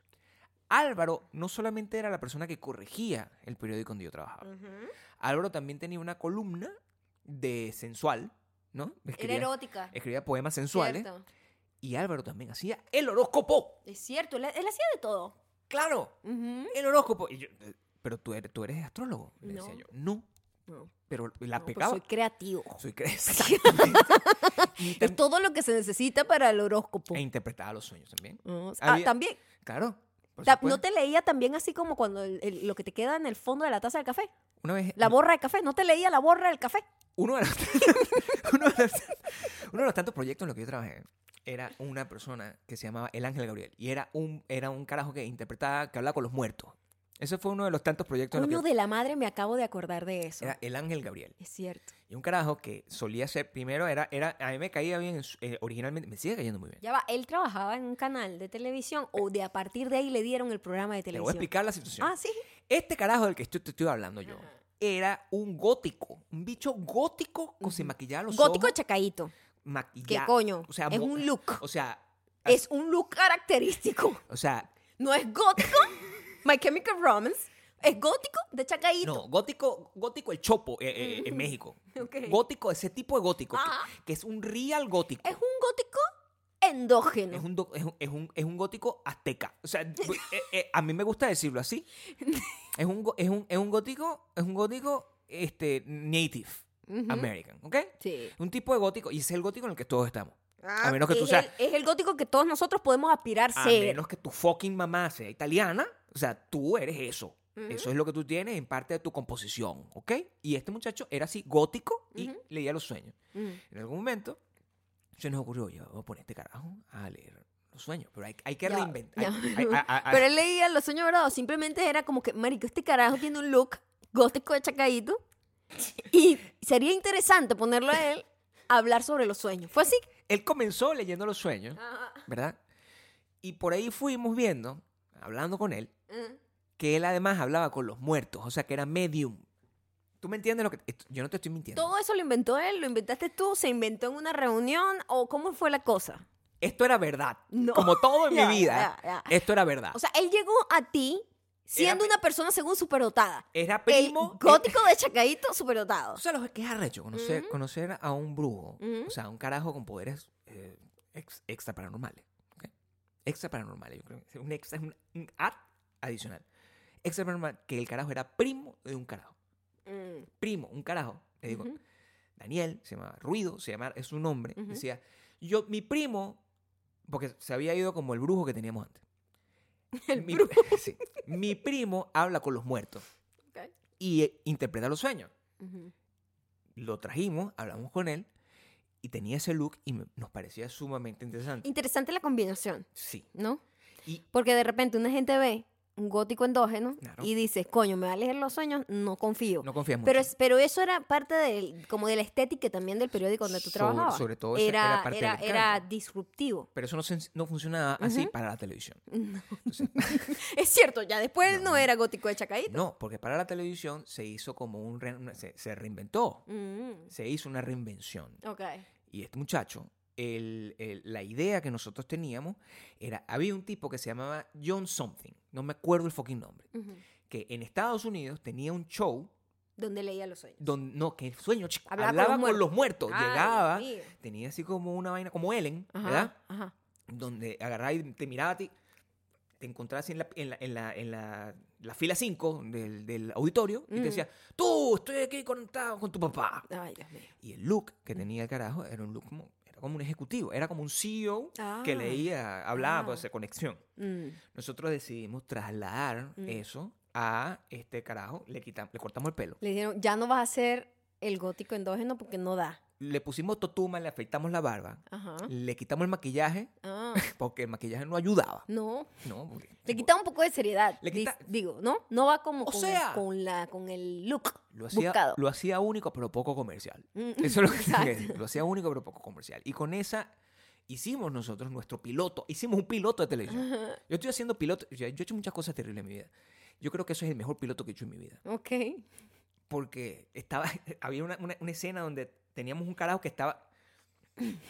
Speaker 2: Álvaro no solamente era la persona que corregía el periódico donde yo trabajaba.
Speaker 1: Ujú.
Speaker 2: Álvaro también tenía una columna de sensual, ¿no?
Speaker 1: Era
Speaker 2: Escribía,
Speaker 1: erótica.
Speaker 2: escribía poemas sensuales.
Speaker 1: Cierto.
Speaker 2: Y Álvaro también hacía el horóscopo.
Speaker 1: Es cierto, él, él hacía de todo.
Speaker 2: Claro,
Speaker 1: Ujú.
Speaker 2: el horóscopo. Y yo, eh, pero tú eres, tú eres astrólogo, le decía
Speaker 1: No.
Speaker 2: yo. No,
Speaker 1: No,
Speaker 2: pero la
Speaker 1: no, pero
Speaker 2: pegaba.
Speaker 1: soy creativo.
Speaker 2: [laughs] Soy cre- [laughs]
Speaker 1: [laughs]
Speaker 2: Exactamente. Y tam-
Speaker 1: Es todo lo que se necesita para el horóscopo.
Speaker 2: e interpretaba los sueños también.
Speaker 1: Ah, ah,
Speaker 2: había-
Speaker 1: también.
Speaker 2: Claro. por
Speaker 1: Ta- ¿No
Speaker 2: supuesto.
Speaker 1: te leía también así como cuando el- el- lo que te queda en el fondo de la taza del café?
Speaker 2: Una vez,
Speaker 1: La borra del café. ¿No te leía la borra del café?
Speaker 2: uno de, los, [laughs] uno, de los, uno de los tantos proyectos en los que yo trabajé era una persona que se llamaba El Ángel Gabriel y era un, era un carajo que interpretaba, que hablaba con los muertos. Ese fue uno de los tantos proyectos en
Speaker 1: Coño
Speaker 2: los que
Speaker 1: de la madre, me acabo de acordar de eso.
Speaker 2: era El Ángel Gabriel.
Speaker 1: Es cierto.
Speaker 2: Y un carajo que solía ser, primero era, era a mí me caía bien en su- eh, originalmente, me sigue cayendo muy bien.
Speaker 1: Ya va, él trabajaba en un canal de televisión o de a partir de ahí le dieron el programa de
Speaker 2: Te voy a
Speaker 1: televisión.
Speaker 2: explicar la situación.
Speaker 1: Ah, sí.
Speaker 2: Este carajo del que estoy- te estoy hablando yo
Speaker 1: Ajá.
Speaker 2: era un gótico, un bicho gótico que se
Speaker 1: Ujú.
Speaker 2: maquillaba los
Speaker 1: Gótico
Speaker 2: ojos.
Speaker 1: chacaíto.
Speaker 2: maquillaba-
Speaker 1: ¿Qué coño?
Speaker 2: O sea,
Speaker 1: es
Speaker 2: mo-
Speaker 1: un look.
Speaker 2: O sea,
Speaker 1: Es un look característico.
Speaker 2: o sea,
Speaker 1: No es gótico. My Chemical Romance. Es gótico de chacaíto.
Speaker 2: No, gótico, gótico el chopo eh, eh, en México.
Speaker 1: Mm. [laughs] Ok.
Speaker 2: Gótico, ese tipo de gótico, que-
Speaker 1: Ajá.
Speaker 2: que, es un real gótico.
Speaker 1: Es un gótico endógeno.
Speaker 2: Es un, do- es un- es un- es un gótico azteca.
Speaker 1: [laughs]
Speaker 2: O sea, eh, eh, a mí me gusta decirlo así. Es un, go- es un, es un gótico, es un gótico este, native
Speaker 1: Ujú.
Speaker 2: American, ¿ok?
Speaker 1: Sí.
Speaker 2: Un tipo de gótico, y ese es el gótico en el que todos estamos.
Speaker 1: Ah,
Speaker 2: A menos que tú
Speaker 1: es
Speaker 2: seas-
Speaker 1: el- es el gótico que todos nosotros podemos aspirar a
Speaker 2: A
Speaker 1: ser.
Speaker 2: menos que tu fucking mamá sea italiana, o sea, tú eres eso.
Speaker 1: Ujú.
Speaker 2: Eso es lo que tú tienes en parte de tu composición, ¿ok? Y este muchacho era así gótico y
Speaker 1: Ujú.
Speaker 2: leía los sueños.
Speaker 1: Mm.
Speaker 2: En algún momento se nos ocurrió, ya vamos a poner este carajo a leer los sueños, pero hay, hay que
Speaker 1: Ya,
Speaker 2: reinventar.
Speaker 1: ya.
Speaker 2: hay-
Speaker 1: [laughs]
Speaker 2: hay- hay- hay- hay-
Speaker 1: Pero él leía los sueños dorados, simplemente era como que, marico, este carajo tiene un look gótico de chacadito y sería interesante ponerlo a él a hablar sobre los sueños. ¿Fue así?
Speaker 2: Él comenzó leyendo los sueños, ¿verdad? Y por ahí fuimos viendo, hablando con él, que él además hablaba con los muertos, o sea, que era medium. ¿Tú me entiendes lo que...? esto- Yo no te estoy mintiendo.
Speaker 1: ¿Todo eso lo inventó él? ¿Lo inventaste tú? ¿Se inventó en una reunión? ¿O cómo fue la cosa?
Speaker 2: Esto era verdad.
Speaker 1: No.
Speaker 2: Como todo
Speaker 1: [laughs]
Speaker 2: en
Speaker 1: Ya,
Speaker 2: mi vida,
Speaker 1: ya, ya.
Speaker 2: esto era verdad.
Speaker 1: O sea, él llegó a ti siendo
Speaker 2: Era-
Speaker 1: una persona según superdotada.
Speaker 2: era
Speaker 1: El
Speaker 2: primo... eh,
Speaker 1: gótico de chacadito superdotado.
Speaker 2: O sea, lo que es arrecho, conocer, conocer a un brujo,
Speaker 1: Ujú.
Speaker 2: o sea, a un carajo con poderes eh, ex- extra paranormales. ¿ok? Extra paranormales, yo creo. que es Un extra, un, un ad adicional. Extra paranormal, que el carajo era primo de un carajo.
Speaker 1: Mm,
Speaker 2: Primo, un carajo. Le digo,
Speaker 1: ujú.
Speaker 2: Daniel, se llamaba Ruido, se llamaba, es su nombre.
Speaker 1: Ujú.
Speaker 2: Decía, yo, mi primo, porque se había ido como el brujo que teníamos antes.
Speaker 1: [laughs] El
Speaker 2: mi, [laughs] sí. mi primo habla con los muertos
Speaker 1: Ok.
Speaker 2: y eh, interpreta los sueños
Speaker 1: Ujú.
Speaker 2: lo trajimos, hablamos con él y tenía ese look y me- nos parecía sumamente interesante.
Speaker 1: Interesante la combinación,
Speaker 2: Sí.
Speaker 1: ¿no?
Speaker 2: Y
Speaker 1: Porque de repente una gente ve un gótico endógeno
Speaker 2: Claro.
Speaker 1: y dice, coño, me va a leer los sueños, no confío.
Speaker 2: no confías mucho.
Speaker 1: pero, es- pero eso era parte del, como de la estética también del periódico donde tú
Speaker 2: Sobre-
Speaker 1: trabajabas.
Speaker 2: sobre todo esa-
Speaker 1: era,
Speaker 2: era parte
Speaker 1: era,
Speaker 2: del
Speaker 1: era
Speaker 2: encanto.
Speaker 1: disruptivo.
Speaker 2: Pero eso no, se- no funcionaba así
Speaker 1: Ujú.
Speaker 2: para la televisión.
Speaker 1: Es cierto, ya después él no,
Speaker 2: No.
Speaker 1: era gótico de Chacaíta.
Speaker 2: No, porque para la televisión se hizo como un... re- una- se, se reinventó.
Speaker 1: Mm,
Speaker 2: Se hizo una reinvención.
Speaker 1: ok.
Speaker 2: Y este muchacho, el- el- la idea que nosotros teníamos era... Había un tipo que se llamaba John Something. No me acuerdo el fucking nombre.
Speaker 1: Ujú.
Speaker 2: Que en Estados Unidos tenía un show
Speaker 1: Donde leía los sueños.
Speaker 2: donde... No, que el sueño... chico,
Speaker 1: Hablaba
Speaker 2: hablaba,
Speaker 1: con los
Speaker 2: con,
Speaker 1: muertos. Ah,
Speaker 2: los muertos.
Speaker 1: Ay, Dios
Speaker 2: Llegaba...
Speaker 1: mío.
Speaker 2: tenía así como una vaina, como Ellen,
Speaker 1: Ajá,
Speaker 2: ¿verdad?
Speaker 1: ajá.
Speaker 2: Donde agarraba y te miraba a ti, te encontraba así en la, en la, en la, en la- la fila 5 del, del auditorio y
Speaker 1: Mm.
Speaker 2: te decía, tú, estoy aquí conectado con tu papá.
Speaker 1: Ay, Dios mío.
Speaker 2: Y el look que tenía el carajo era un look como, era como un ejecutivo, era como un CEO
Speaker 1: Ah.
Speaker 2: que leía, hablaba,
Speaker 1: Ah.
Speaker 2: pues, de conexión.
Speaker 1: Mm,
Speaker 2: Nosotros decidimos trasladar
Speaker 1: Mm.
Speaker 2: eso a este carajo, le, quitamos, le cortamos el pelo,
Speaker 1: Le dijeron, ya no vas a ser el gótico endógeno porque no da.
Speaker 2: le pusimos totuma, le afeitamos la barba,
Speaker 1: Ajá.
Speaker 2: le quitamos el maquillaje,
Speaker 1: Ah,
Speaker 2: porque el maquillaje no ayudaba.
Speaker 1: [laughs] no.
Speaker 2: No, porque-
Speaker 1: Le quita un poco de seriedad.
Speaker 2: Le
Speaker 1: dis-
Speaker 2: quita-
Speaker 1: Digo, ¿no? No va como
Speaker 2: O
Speaker 1: con,
Speaker 2: sea.
Speaker 1: con la, con el look
Speaker 2: Lo hacía,
Speaker 1: buscado.
Speaker 2: lo hacía único pero poco
Speaker 1: [laughs]
Speaker 2: comercial.
Speaker 1: Mm,
Speaker 2: Eso es lo que tengo que
Speaker 1: exacto.
Speaker 2: decir. Lo hacía único pero poco comercial. Y con esa hicimos nosotros nuestro piloto. Hicimos un piloto de televisión.
Speaker 1: Ajá.
Speaker 2: Yo estoy haciendo piloto. Yo, yo he hecho muchas cosas terribles en mi vida. Yo creo que eso es el mejor piloto que he hecho en mi vida.
Speaker 1: Ok.
Speaker 2: Porque estaba, [laughs] había una, una- una escena donde teníamos un carajo que estaba... [laughs]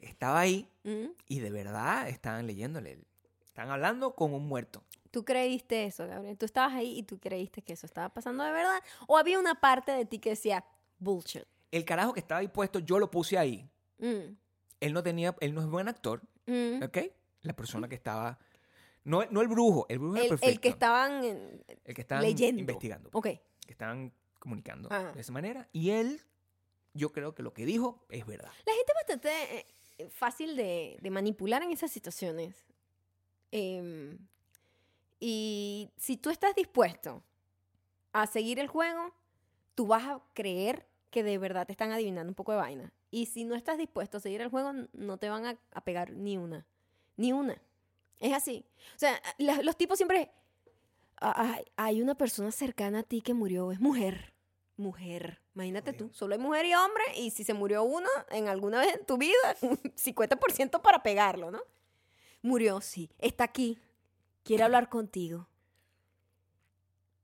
Speaker 2: estaba ahí
Speaker 1: Mm.
Speaker 2: y de verdad estaban leyéndole. Estaban hablando con un muerto.
Speaker 1: ¿Tú creíste eso, Gabriel? ¿Tú estabas ahí y tú creíste que eso estaba pasando de verdad? ¿O había una parte de ti que decía, bullshit?
Speaker 2: El carajo que estaba ahí puesto, yo lo puse ahí.
Speaker 1: Mm,
Speaker 2: Él no tenía... Él no es buen actor.
Speaker 1: mm.
Speaker 2: ¿Ok? La persona que estaba. No, no el brujo, el brujo era
Speaker 1: El,
Speaker 2: perfecto.
Speaker 1: el que estaban en-
Speaker 2: el que estaban
Speaker 1: leyendo.
Speaker 2: investigando, pues,
Speaker 1: Ok.
Speaker 2: que estaban comunicando
Speaker 1: Ah.
Speaker 2: de esa manera. Y él, yo creo que lo que dijo es verdad.
Speaker 1: La gente es bastante eh, fácil de, de manipular en esas situaciones. Em, y si tú estás dispuesto a seguir el juego, tú vas a creer que de verdad te están adivinando un poco de vaina. Y si no estás dispuesto a seguir el juego, n- no te van a, a pegar ni una. Ni una. Es así. O sea, la- los tipos siempre... "Ah, ah, hay una persona cercana a ti que murió, es mujer. Mujer. Imagínate tú.
Speaker 2: Jodido.
Speaker 1: Solo hay mujer y hombre. Y si se murió uno en alguna vez en tu vida, [laughs] un 50% para pegarlo, ¿no? Murió, sí. Está aquí. Quiere hablar contigo.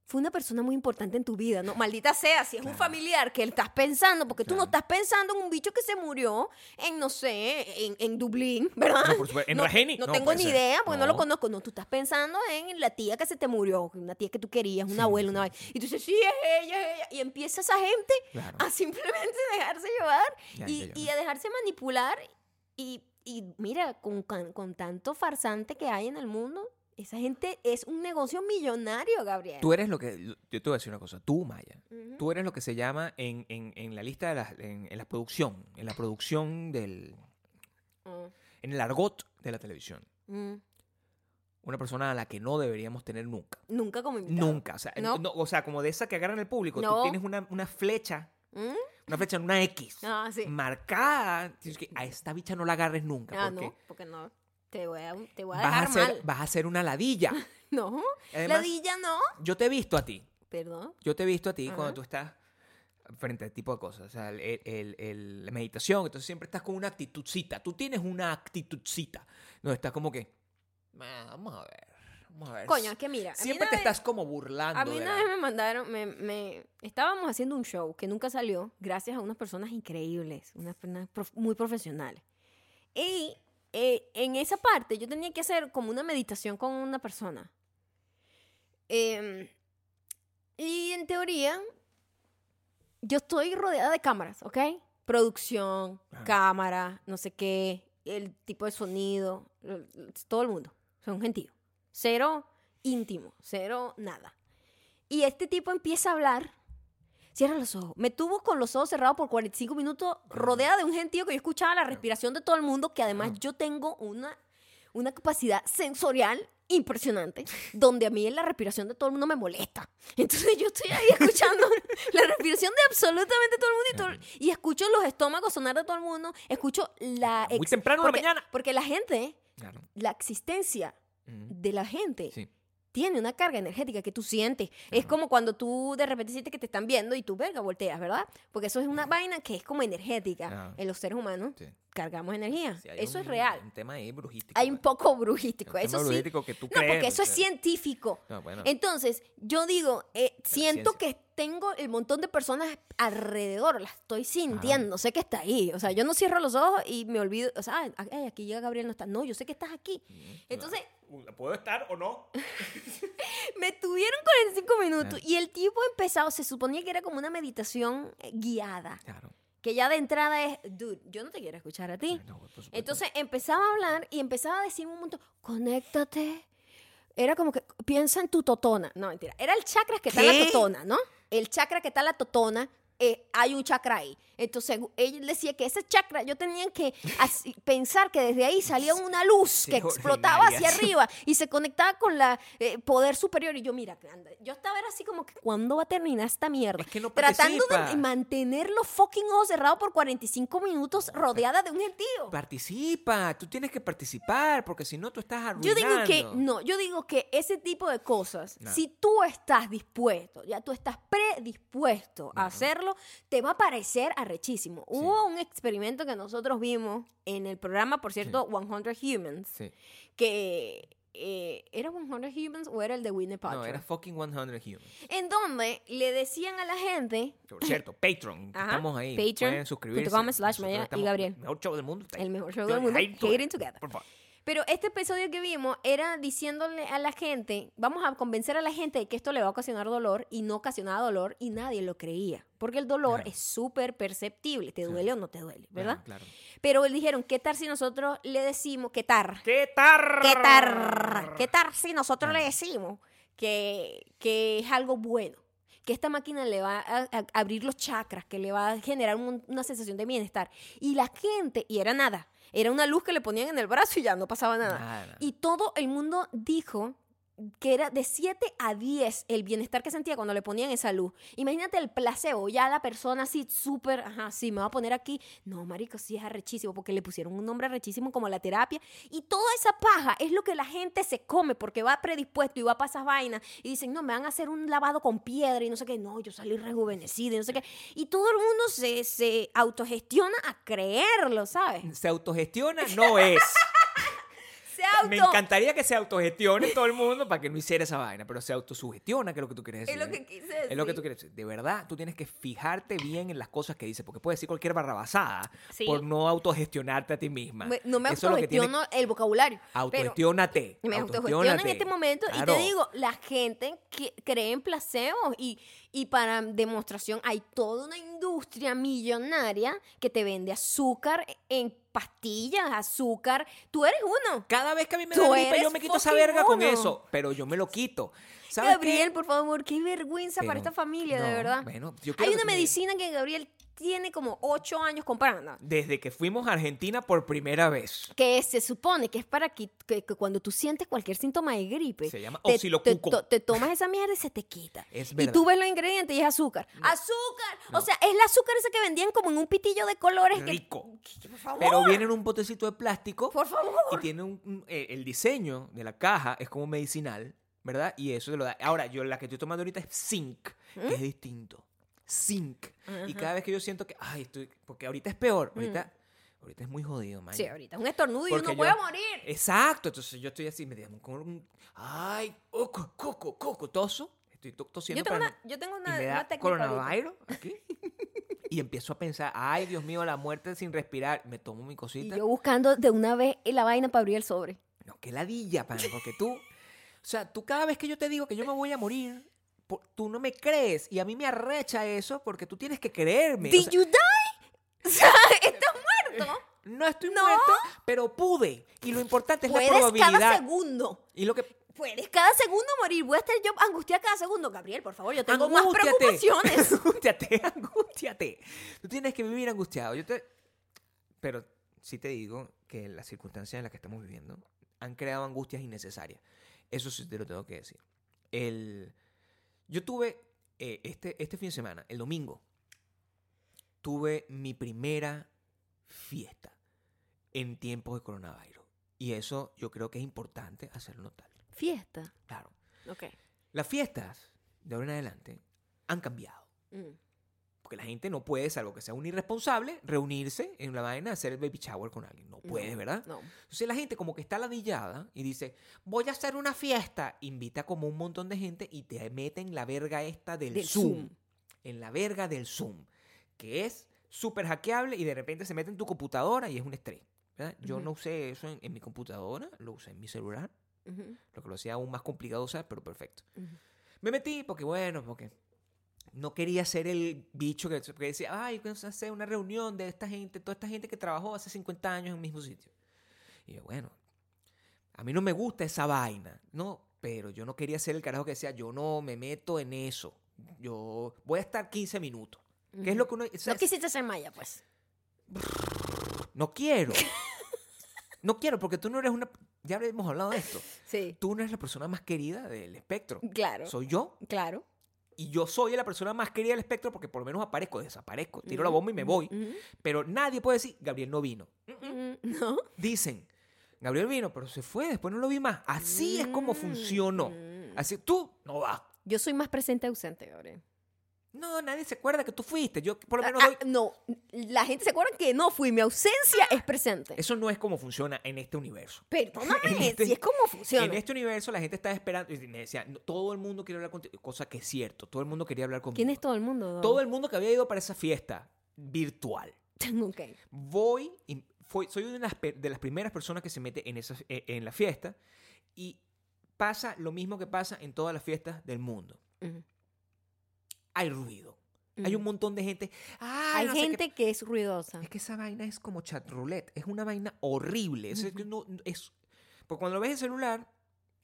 Speaker 1: Fue una persona muy importante en tu vida, ¿no? Maldita sea, si es un
Speaker 2: Claro.
Speaker 1: familiar que estás pensando, porque tú no
Speaker 2: Claro.
Speaker 1: estás pensando en un bicho que se murió en, no sé, en, en Dublín, [laughs] ¿verdad?
Speaker 2: No, por supuesto. En Rajeni.
Speaker 1: No, tengo
Speaker 2: puede
Speaker 1: ni
Speaker 2: ser.
Speaker 1: idea porque no. lo conozco. No, tú estás pensando en la tía que se te murió, una tía que tú querías, una
Speaker 2: Sí,
Speaker 1: abuela,
Speaker 2: sí,
Speaker 1: una vaina. Y tú dices, sí, es ella, es ella. Y empieza esa gente
Speaker 2: Claro.
Speaker 1: a [laughs] simplemente dejarse llevar
Speaker 2: Ya,
Speaker 1: Ah, y,
Speaker 2: ya, ya.
Speaker 1: y a dejarse manipular. Y, y mira, con, can- con tanto farsante que hay en el mundo, esa gente es un negocio millonario, Gabriel.
Speaker 2: Tú eres lo que. Yo te voy a decir una cosa. Tú, Maya.
Speaker 1: Ujú.
Speaker 2: Tú eres lo que se llama en, en- en la lista de las. En, en la producción. En la producción del.
Speaker 1: Mm,
Speaker 2: en el argot de la televisión.
Speaker 1: mm.
Speaker 2: Una persona a la que no deberíamos tener nunca.
Speaker 1: Nunca como invitado.
Speaker 2: Nunca. O sea,
Speaker 1: No.
Speaker 2: no, o sea, como de esa que agarran el público. Tú
Speaker 1: No.
Speaker 2: tienes una, una flecha,
Speaker 1: Mm,
Speaker 2: una flecha en una X.
Speaker 1: Ah, sí.
Speaker 2: Marcada. Tienes que, a esta bicha no la agarres nunca.
Speaker 1: Ah,
Speaker 2: porque
Speaker 1: no, porque no. Te voy a, te voy a
Speaker 2: vas, a
Speaker 1: dejar
Speaker 2: hacer,
Speaker 1: mal. [laughs]
Speaker 2: vas a hacer una ladilla.
Speaker 1: No,
Speaker 2: Además,
Speaker 1: ladilla no.
Speaker 2: yo te he visto a ti.
Speaker 1: Perdón.
Speaker 2: Yo te he visto a ti cuando
Speaker 1: Ajá.
Speaker 2: tú estás frente a este tipo de cosas. O sea, el- el- el- la meditación. Entonces siempre estás con una actitudcita. Tú tienes una actitudcita. No, estás como que. "Ah, Vamos a ver. Vamos a ver.
Speaker 1: Coño, es que mira. a mí
Speaker 2: Pues Siempre
Speaker 1: una
Speaker 2: te
Speaker 1: vez-
Speaker 2: estás como burlando.
Speaker 1: A mí
Speaker 2: de
Speaker 1: una
Speaker 2: la-
Speaker 1: vez me mandaron, me, me- estábamos haciendo un show que nunca salió, gracias a unas personas increíbles, unas personas prof- muy profesionales. Y eh, en esa parte yo tenía que hacer como una meditación con una persona. Em, y en teoría, yo estoy rodeada de cámaras, ¿ok? Producción,
Speaker 2: Ajá.
Speaker 1: cámara, no sé qué, el tipo de sonido, l- l- todo el mundo. Son gentío. Cero íntimo, cero nada. Y este tipo empieza a hablar. Cierra los ojos. Me tuvo con los ojos cerrados por 45 minutos, rodeada de un gentío que yo escuchaba la respiración de todo el mundo, que además
Speaker 2: Claro.
Speaker 1: yo tengo una, una capacidad sensorial impresionante, donde a mí la respiración de todo el mundo me molesta. Entonces yo estoy ahí escuchando la respiración de absolutamente todo el mundo y, todo- y escucho los estómagos sonar de todo el mundo, escucho la...
Speaker 2: Muy
Speaker 1: ex-
Speaker 2: temprano en la
Speaker 1: porque-
Speaker 2: mañana.
Speaker 1: Porque la gente,
Speaker 2: Claro.
Speaker 1: la existencia
Speaker 2: Ujú.
Speaker 1: de la gente
Speaker 2: Sí.
Speaker 1: tiene una carga energética que tú sientes. Es
Speaker 2: Ajá.
Speaker 1: como cuando tú de repente sientes que te están viendo y tú, verga, volteas, ¿verdad? Porque eso es una vaina que es como energética.
Speaker 2: Ajá.
Speaker 1: En los seres humanos
Speaker 2: Sí.
Speaker 1: cargamos energía.
Speaker 2: Sí, hay
Speaker 1: eso es
Speaker 2: un-
Speaker 1: real.
Speaker 2: Un tema ahí brujístico.
Speaker 1: Hay un
Speaker 2: pues.
Speaker 1: poco
Speaker 2: Un
Speaker 1: brujístico,
Speaker 2: tema
Speaker 1: eso sí.
Speaker 2: brujístico que tú
Speaker 1: No,
Speaker 2: crees.
Speaker 1: porque eso
Speaker 2: o
Speaker 1: es
Speaker 2: sea.
Speaker 1: científico.
Speaker 2: No, bueno.
Speaker 1: Entonces, yo digo, eh, siento
Speaker 2: ciencia.
Speaker 1: que tengo el montón de personas alrededor, las estoy sintiendo, sé que está ahí. O sea, yo no cierro los ojos y me olvido, o sea, "Ay, ay, aquí llega Gabriel, no está. No, yo sé que estás aquí. Entonces,
Speaker 2: ¿Puedo estar o no?
Speaker 1: me tuvieron 45 minutos y el tipo empezado, se suponía que era como una meditación eh, guiada,
Speaker 2: [laughs] Claro.
Speaker 1: que ya de entrada es, dude, yo no te quiero escuchar a ti.
Speaker 2: No, por supuesto.
Speaker 1: Entonces empezaba a hablar y empezaba a decirme un montón, conéctate. Era como que piensa en tu totona. No, mentira. Era el chakra que está en la
Speaker 2: ¿Qué?
Speaker 1: totona, ¿no? El chakra que está en la totona, eh, hay un chakra ahí. Entonces él decía que ese chakra yo tenía que así- pensar que desde ahí salía una luz
Speaker 2: Qué
Speaker 1: que explotaba hacia
Speaker 2: ordinarias.
Speaker 1: arriba y se conectaba con la eh, poder superior. Y yo, mira, anda, yo estaba era así como que, ¿cuándo va a terminar esta mierda?
Speaker 2: Es que no
Speaker 1: Tratando
Speaker 2: participa.
Speaker 1: de mantener los fucking ojos cerrados por 45 minutos rodeada de un gentío.
Speaker 2: Participa. Tú tienes que participar porque si no tú estás
Speaker 1: Yo
Speaker 2: arruinando.
Speaker 1: digo que no, yo digo que ese tipo de cosas,
Speaker 2: No.
Speaker 1: si tú estás dispuesto, ya tú estás predispuesto a
Speaker 2: Ujú.
Speaker 1: hacerlo, te va a parecer arrechísimo.
Speaker 2: Sí.
Speaker 1: Hubo un experimento que nosotros vimos en el programa, por cierto, 100 Humans,
Speaker 2: Sí.
Speaker 1: que eh, era 100 Humans o era el de Winnie Paltrow,
Speaker 2: No, era fucking 100 humans.
Speaker 1: en donde le decían a la gente [laughs]
Speaker 2: Por cierto, Patreon. que
Speaker 1: Ajá,
Speaker 2: Estamos ahí.
Speaker 1: patreon
Speaker 2: Pueden suscribirse.
Speaker 1: punto com slash
Speaker 2: Nosotros
Speaker 1: Maya y
Speaker 2: estamos-
Speaker 1: Gabriel.
Speaker 2: El mejor show del mundo. está ahí.
Speaker 1: el mejor show del
Speaker 2: Ahí
Speaker 1: mundo,
Speaker 2: tú eres.
Speaker 1: Catering Together.
Speaker 2: Por favor.
Speaker 1: Pero este episodio que vimos era diciéndole a la gente, vamos a convencer a la gente de que esto le va a ocasionar dolor y no ocasionaba dolor y nadie lo creía, porque el dolor
Speaker 2: Claro.
Speaker 1: es súper perceptible, te
Speaker 2: Claro.
Speaker 1: duele o no te duele, ¿verdad?
Speaker 2: Claro. claro.
Speaker 1: Pero le dijeron, ¿qué tal si nosotros le decimos, qué tal?
Speaker 2: ¿Qué tal?
Speaker 1: ¿Qué tal? ¿Qué tal si nosotros
Speaker 2: Claro.
Speaker 1: le decimos que, que es algo bueno? Que esta máquina le va a, a abrir los chakras, que le va a generar un- una sensación de bienestar. Y la gente, y era nada, era una luz que le ponían en el brazo y ya no pasaba nada.
Speaker 2: Nada.
Speaker 1: Y todo el mundo dijo que era de 7 a 10 el bienestar que sentía cuando le ponían esa luz. Imagínate el placebo, ya la persona así súper, ajá, sí, me va a poner aquí. No, marico, sí es arrechísimo, porque le pusieron un nombre arrechísimo como la terapia. Y toda esa paja es lo que la gente se come, porque va predispuesto y va para esas vainas. Y dicen, no, me van a hacer un lavado con piedra y no sé qué. No, yo salí rejuvenecida y no sé qué. Y todo el mundo se, se autogestiona a creerlo, ¿sabes?
Speaker 2: Se autogestiona, no es.
Speaker 1: Se auto...
Speaker 2: Mm. Me encantaría que se autogestione todo el mundo para que no hiciera esa vaina, pero se autosugestiona, que es lo que tú quieres decir.
Speaker 1: Es lo que
Speaker 2: ¿eh?
Speaker 1: quise decir.
Speaker 2: Es lo que tú quieres decir. De verdad, tú tienes que fijarte bien en las cosas que dices, porque puedes decir cualquier barrabasada
Speaker 1: Sí.
Speaker 2: por no autogestionarte a ti misma.
Speaker 1: Me- no me
Speaker 2: Eso es lo que tienes-
Speaker 1: autogestiono el vocabulario. pero
Speaker 2: Autogestiónate.
Speaker 1: me autogestiono en
Speaker 2: autogestiónate.
Speaker 1: este momento y
Speaker 2: Claro.
Speaker 1: te digo, la gente que cree en placebos y, y para demostración hay toda una industria millonaria que te vende azúcar en pastillas, azúcar. Tú eres uno.
Speaker 2: Cada vez que a mí me
Speaker 1: Tú
Speaker 2: da gripe,
Speaker 1: eres
Speaker 2: yo me quito esa
Speaker 1: fucking
Speaker 2: verga con
Speaker 1: mono.
Speaker 2: eso, pero yo me
Speaker 1: [laughs]
Speaker 2: lo quito. ¿Sabes qué?
Speaker 1: Gabriel, por favor, qué vergüenza para
Speaker 2: Pero-
Speaker 1: esta familia, de
Speaker 2: no,
Speaker 1: verdad.
Speaker 2: bueno, yo
Speaker 1: hay
Speaker 2: quiero que
Speaker 1: una
Speaker 2: tú me-
Speaker 1: medicina que Gabriel tiene como ocho años comprando.
Speaker 2: Desde que fuimos a Argentina por primera vez.
Speaker 1: Que se supone que es para que, que- que cuando tú sientes cualquier síntoma de gripe,
Speaker 2: Se llama
Speaker 1: te, te,
Speaker 2: osilocuco.
Speaker 1: to- te tomas esa mierda y se te quita.
Speaker 2: Es
Speaker 1: y
Speaker 2: verdad.
Speaker 1: tú ves los ingredientes y es azúcar. ¡Azúcar!
Speaker 2: No.
Speaker 1: O sea, es el azúcar ese que vendían como en un pitillo de colores. que-
Speaker 2: Rico.
Speaker 1: Que, por favor.
Speaker 2: Pero viene en un potecito de plástico
Speaker 1: Por
Speaker 2: y
Speaker 1: favor.
Speaker 2: tiene un, un- eh, el diseño de la caja es como medicinal, ¿verdad? Y eso te lo da. Ahora, yo la que estoy tomando ahorita es zinc,
Speaker 1: ¿Mm?
Speaker 2: que es distinto. Zinc. Y cada vez que yo siento que, ay, estoy, porque ahorita es peor, ahorita, ahorita es muy jodido, man.
Speaker 1: Mm. Sí, ahorita un estornudo y
Speaker 2: Porque
Speaker 1: uno
Speaker 2: yo-
Speaker 1: puede morir.
Speaker 2: Exacto, entonces yo estoy así, me digamos, con un, ay, coco, coco, coco, toso, estoy to- tosiendo
Speaker 1: Yo tengo,
Speaker 2: para
Speaker 1: una, yo tengo
Speaker 2: y
Speaker 1: una,
Speaker 2: me
Speaker 1: una
Speaker 2: da
Speaker 1: técnica ahorita.
Speaker 2: coronavirus aquí.
Speaker 1: [laughs]
Speaker 2: Y empiezo a pensar, ay, Dios mío, la muerte sin respirar. Me tomo mi
Speaker 1: Y
Speaker 2: cosita.
Speaker 1: yo buscando de una vez la vaina para abrir el sobre.
Speaker 2: No, qué ladilla, pan, porque tú... O sea, tú cada vez que yo te digo que yo me voy a morir, po- tú no me crees. Y a mí me arrecha eso porque tú tienes que creerme. O
Speaker 1: ¿Did
Speaker 2: sea,
Speaker 1: you die? [laughs] O sea, ¿Estás muerto?
Speaker 2: no estoy
Speaker 1: No.
Speaker 2: muerto, pero pude. Y lo importante es la
Speaker 1: Puedes cada
Speaker 2: probabilidad.
Speaker 1: segundo.
Speaker 2: y lo que...
Speaker 1: Puedes cada segundo morir. Voy a estar yo angustiada cada segundo. Gabriel, por favor, yo tengo más
Speaker 2: Angústiate. [laughs]
Speaker 1: preocupaciones.
Speaker 2: angústiate, angústiate. Tú tienes que vivir angustiado. Yo te... Pero sí te digo que las circunstancias en las que estamos viviendo han creado angustias innecesarias. Eso sí te lo tengo que decir. El... Yo tuve eh, este, este fin de semana, el domingo, tuve mi primera fiesta en tiempos de coronavirus. Y eso yo creo que es importante hacerlo notar.
Speaker 1: Fiesta.
Speaker 2: Claro.
Speaker 1: Ok.
Speaker 2: Las fiestas de ahora en adelante han cambiado.
Speaker 1: Mm.
Speaker 2: Porque la gente no puede, salvo que sea un irresponsable, reunirse en la vaina, hacer el baby shower con alguien. No puede,
Speaker 1: No,
Speaker 2: ¿verdad?
Speaker 1: No.
Speaker 2: Entonces la gente como que está ladillada y dice, voy a hacer una fiesta. Invita como un montón de gente y te meten la verga esta del,
Speaker 1: Del
Speaker 2: Zoom.
Speaker 1: Zoom.
Speaker 2: En la verga del Zoom. Que es súper hackeable y de repente se mete en tu computadora y es un estrés. ¿verdad? Yo
Speaker 1: Ujú.
Speaker 2: no usé eso en, en mi computadora, lo usé en mi celular,
Speaker 1: Ujú,
Speaker 2: lo que lo hacía aún más complicado usar, pero perfecto.
Speaker 1: ujú.
Speaker 2: Me metí porque, bueno, porque no quería ser el bicho que, que decía, ay, vamos a hacer una reunión de esta gente, toda esta gente que trabajó hace 50 años en el mismo sitio. Y yo, bueno, a mí no me gusta esa vaina, ¿no? Pero yo no quería ser el carajo que decía, yo no me meto en eso. Yo voy a estar 15 minutos. ¿Qué es lo que uno... o sea,
Speaker 1: No quisiste ser maya, pues.
Speaker 2: no quiero. No quiero, porque tú no eres una... Ya hemos hablado de esto.
Speaker 1: Sí.
Speaker 2: Tú no eres la persona más querida del espectro.
Speaker 1: Claro.
Speaker 2: Soy yo
Speaker 1: Claro.
Speaker 2: y yo soy la persona más querida del espectro porque por lo menos aparezco, desaparezco, tiro la
Speaker 1: Ujú,
Speaker 2: bomba y me voy. Mm,
Speaker 1: ujú,
Speaker 2: Pero nadie puede decir, Gabriel no vino.
Speaker 1: ujú. No.
Speaker 2: Dicen, Gabriel vino, pero se fue, después no lo vi más. Así es como
Speaker 1: Mm,
Speaker 2: funcionó.
Speaker 1: mm.
Speaker 2: Así, tú no vas.
Speaker 1: Yo soy más presente ausente, Gabriel.
Speaker 2: No, nadie se acuerda que tú fuiste. Yo por lo menos
Speaker 1: Ah,
Speaker 2: doy...
Speaker 1: ah, no, la gente se acuerda que no fui. Mi ausencia es presente.
Speaker 2: Eso no es como funciona en este universo. En
Speaker 1: Perdóname,
Speaker 2: este-
Speaker 1: si es como funciona.
Speaker 2: En este universo la gente está esperando y me decía, "No, todo el mundo quiere hablar contigo, cosa que es cierto, todo el mundo quería hablar conmigo.
Speaker 1: ¿Quién es todo el mundo?
Speaker 2: Todo el mundo que había ido para esa fiesta virtual.
Speaker 1: el [laughs] Ok.
Speaker 2: voy, y fue- soy una de las, pe- de las primeras personas que se mete en, esa- eh, en la fiesta y pasa lo mismo que pasa en todas las fiestas del mundo.
Speaker 1: Ujú,
Speaker 2: Hay ruido. Hay
Speaker 1: ujú.
Speaker 2: un montón de gente. "Ay,
Speaker 1: Mm. Hay
Speaker 2: no sé qué".
Speaker 1: gente que es ruidosa.
Speaker 2: Es que esa vaina es como chat roulette. Es una vaina horrible. Es, es que no- no- es- porque cuando lo ves en celular,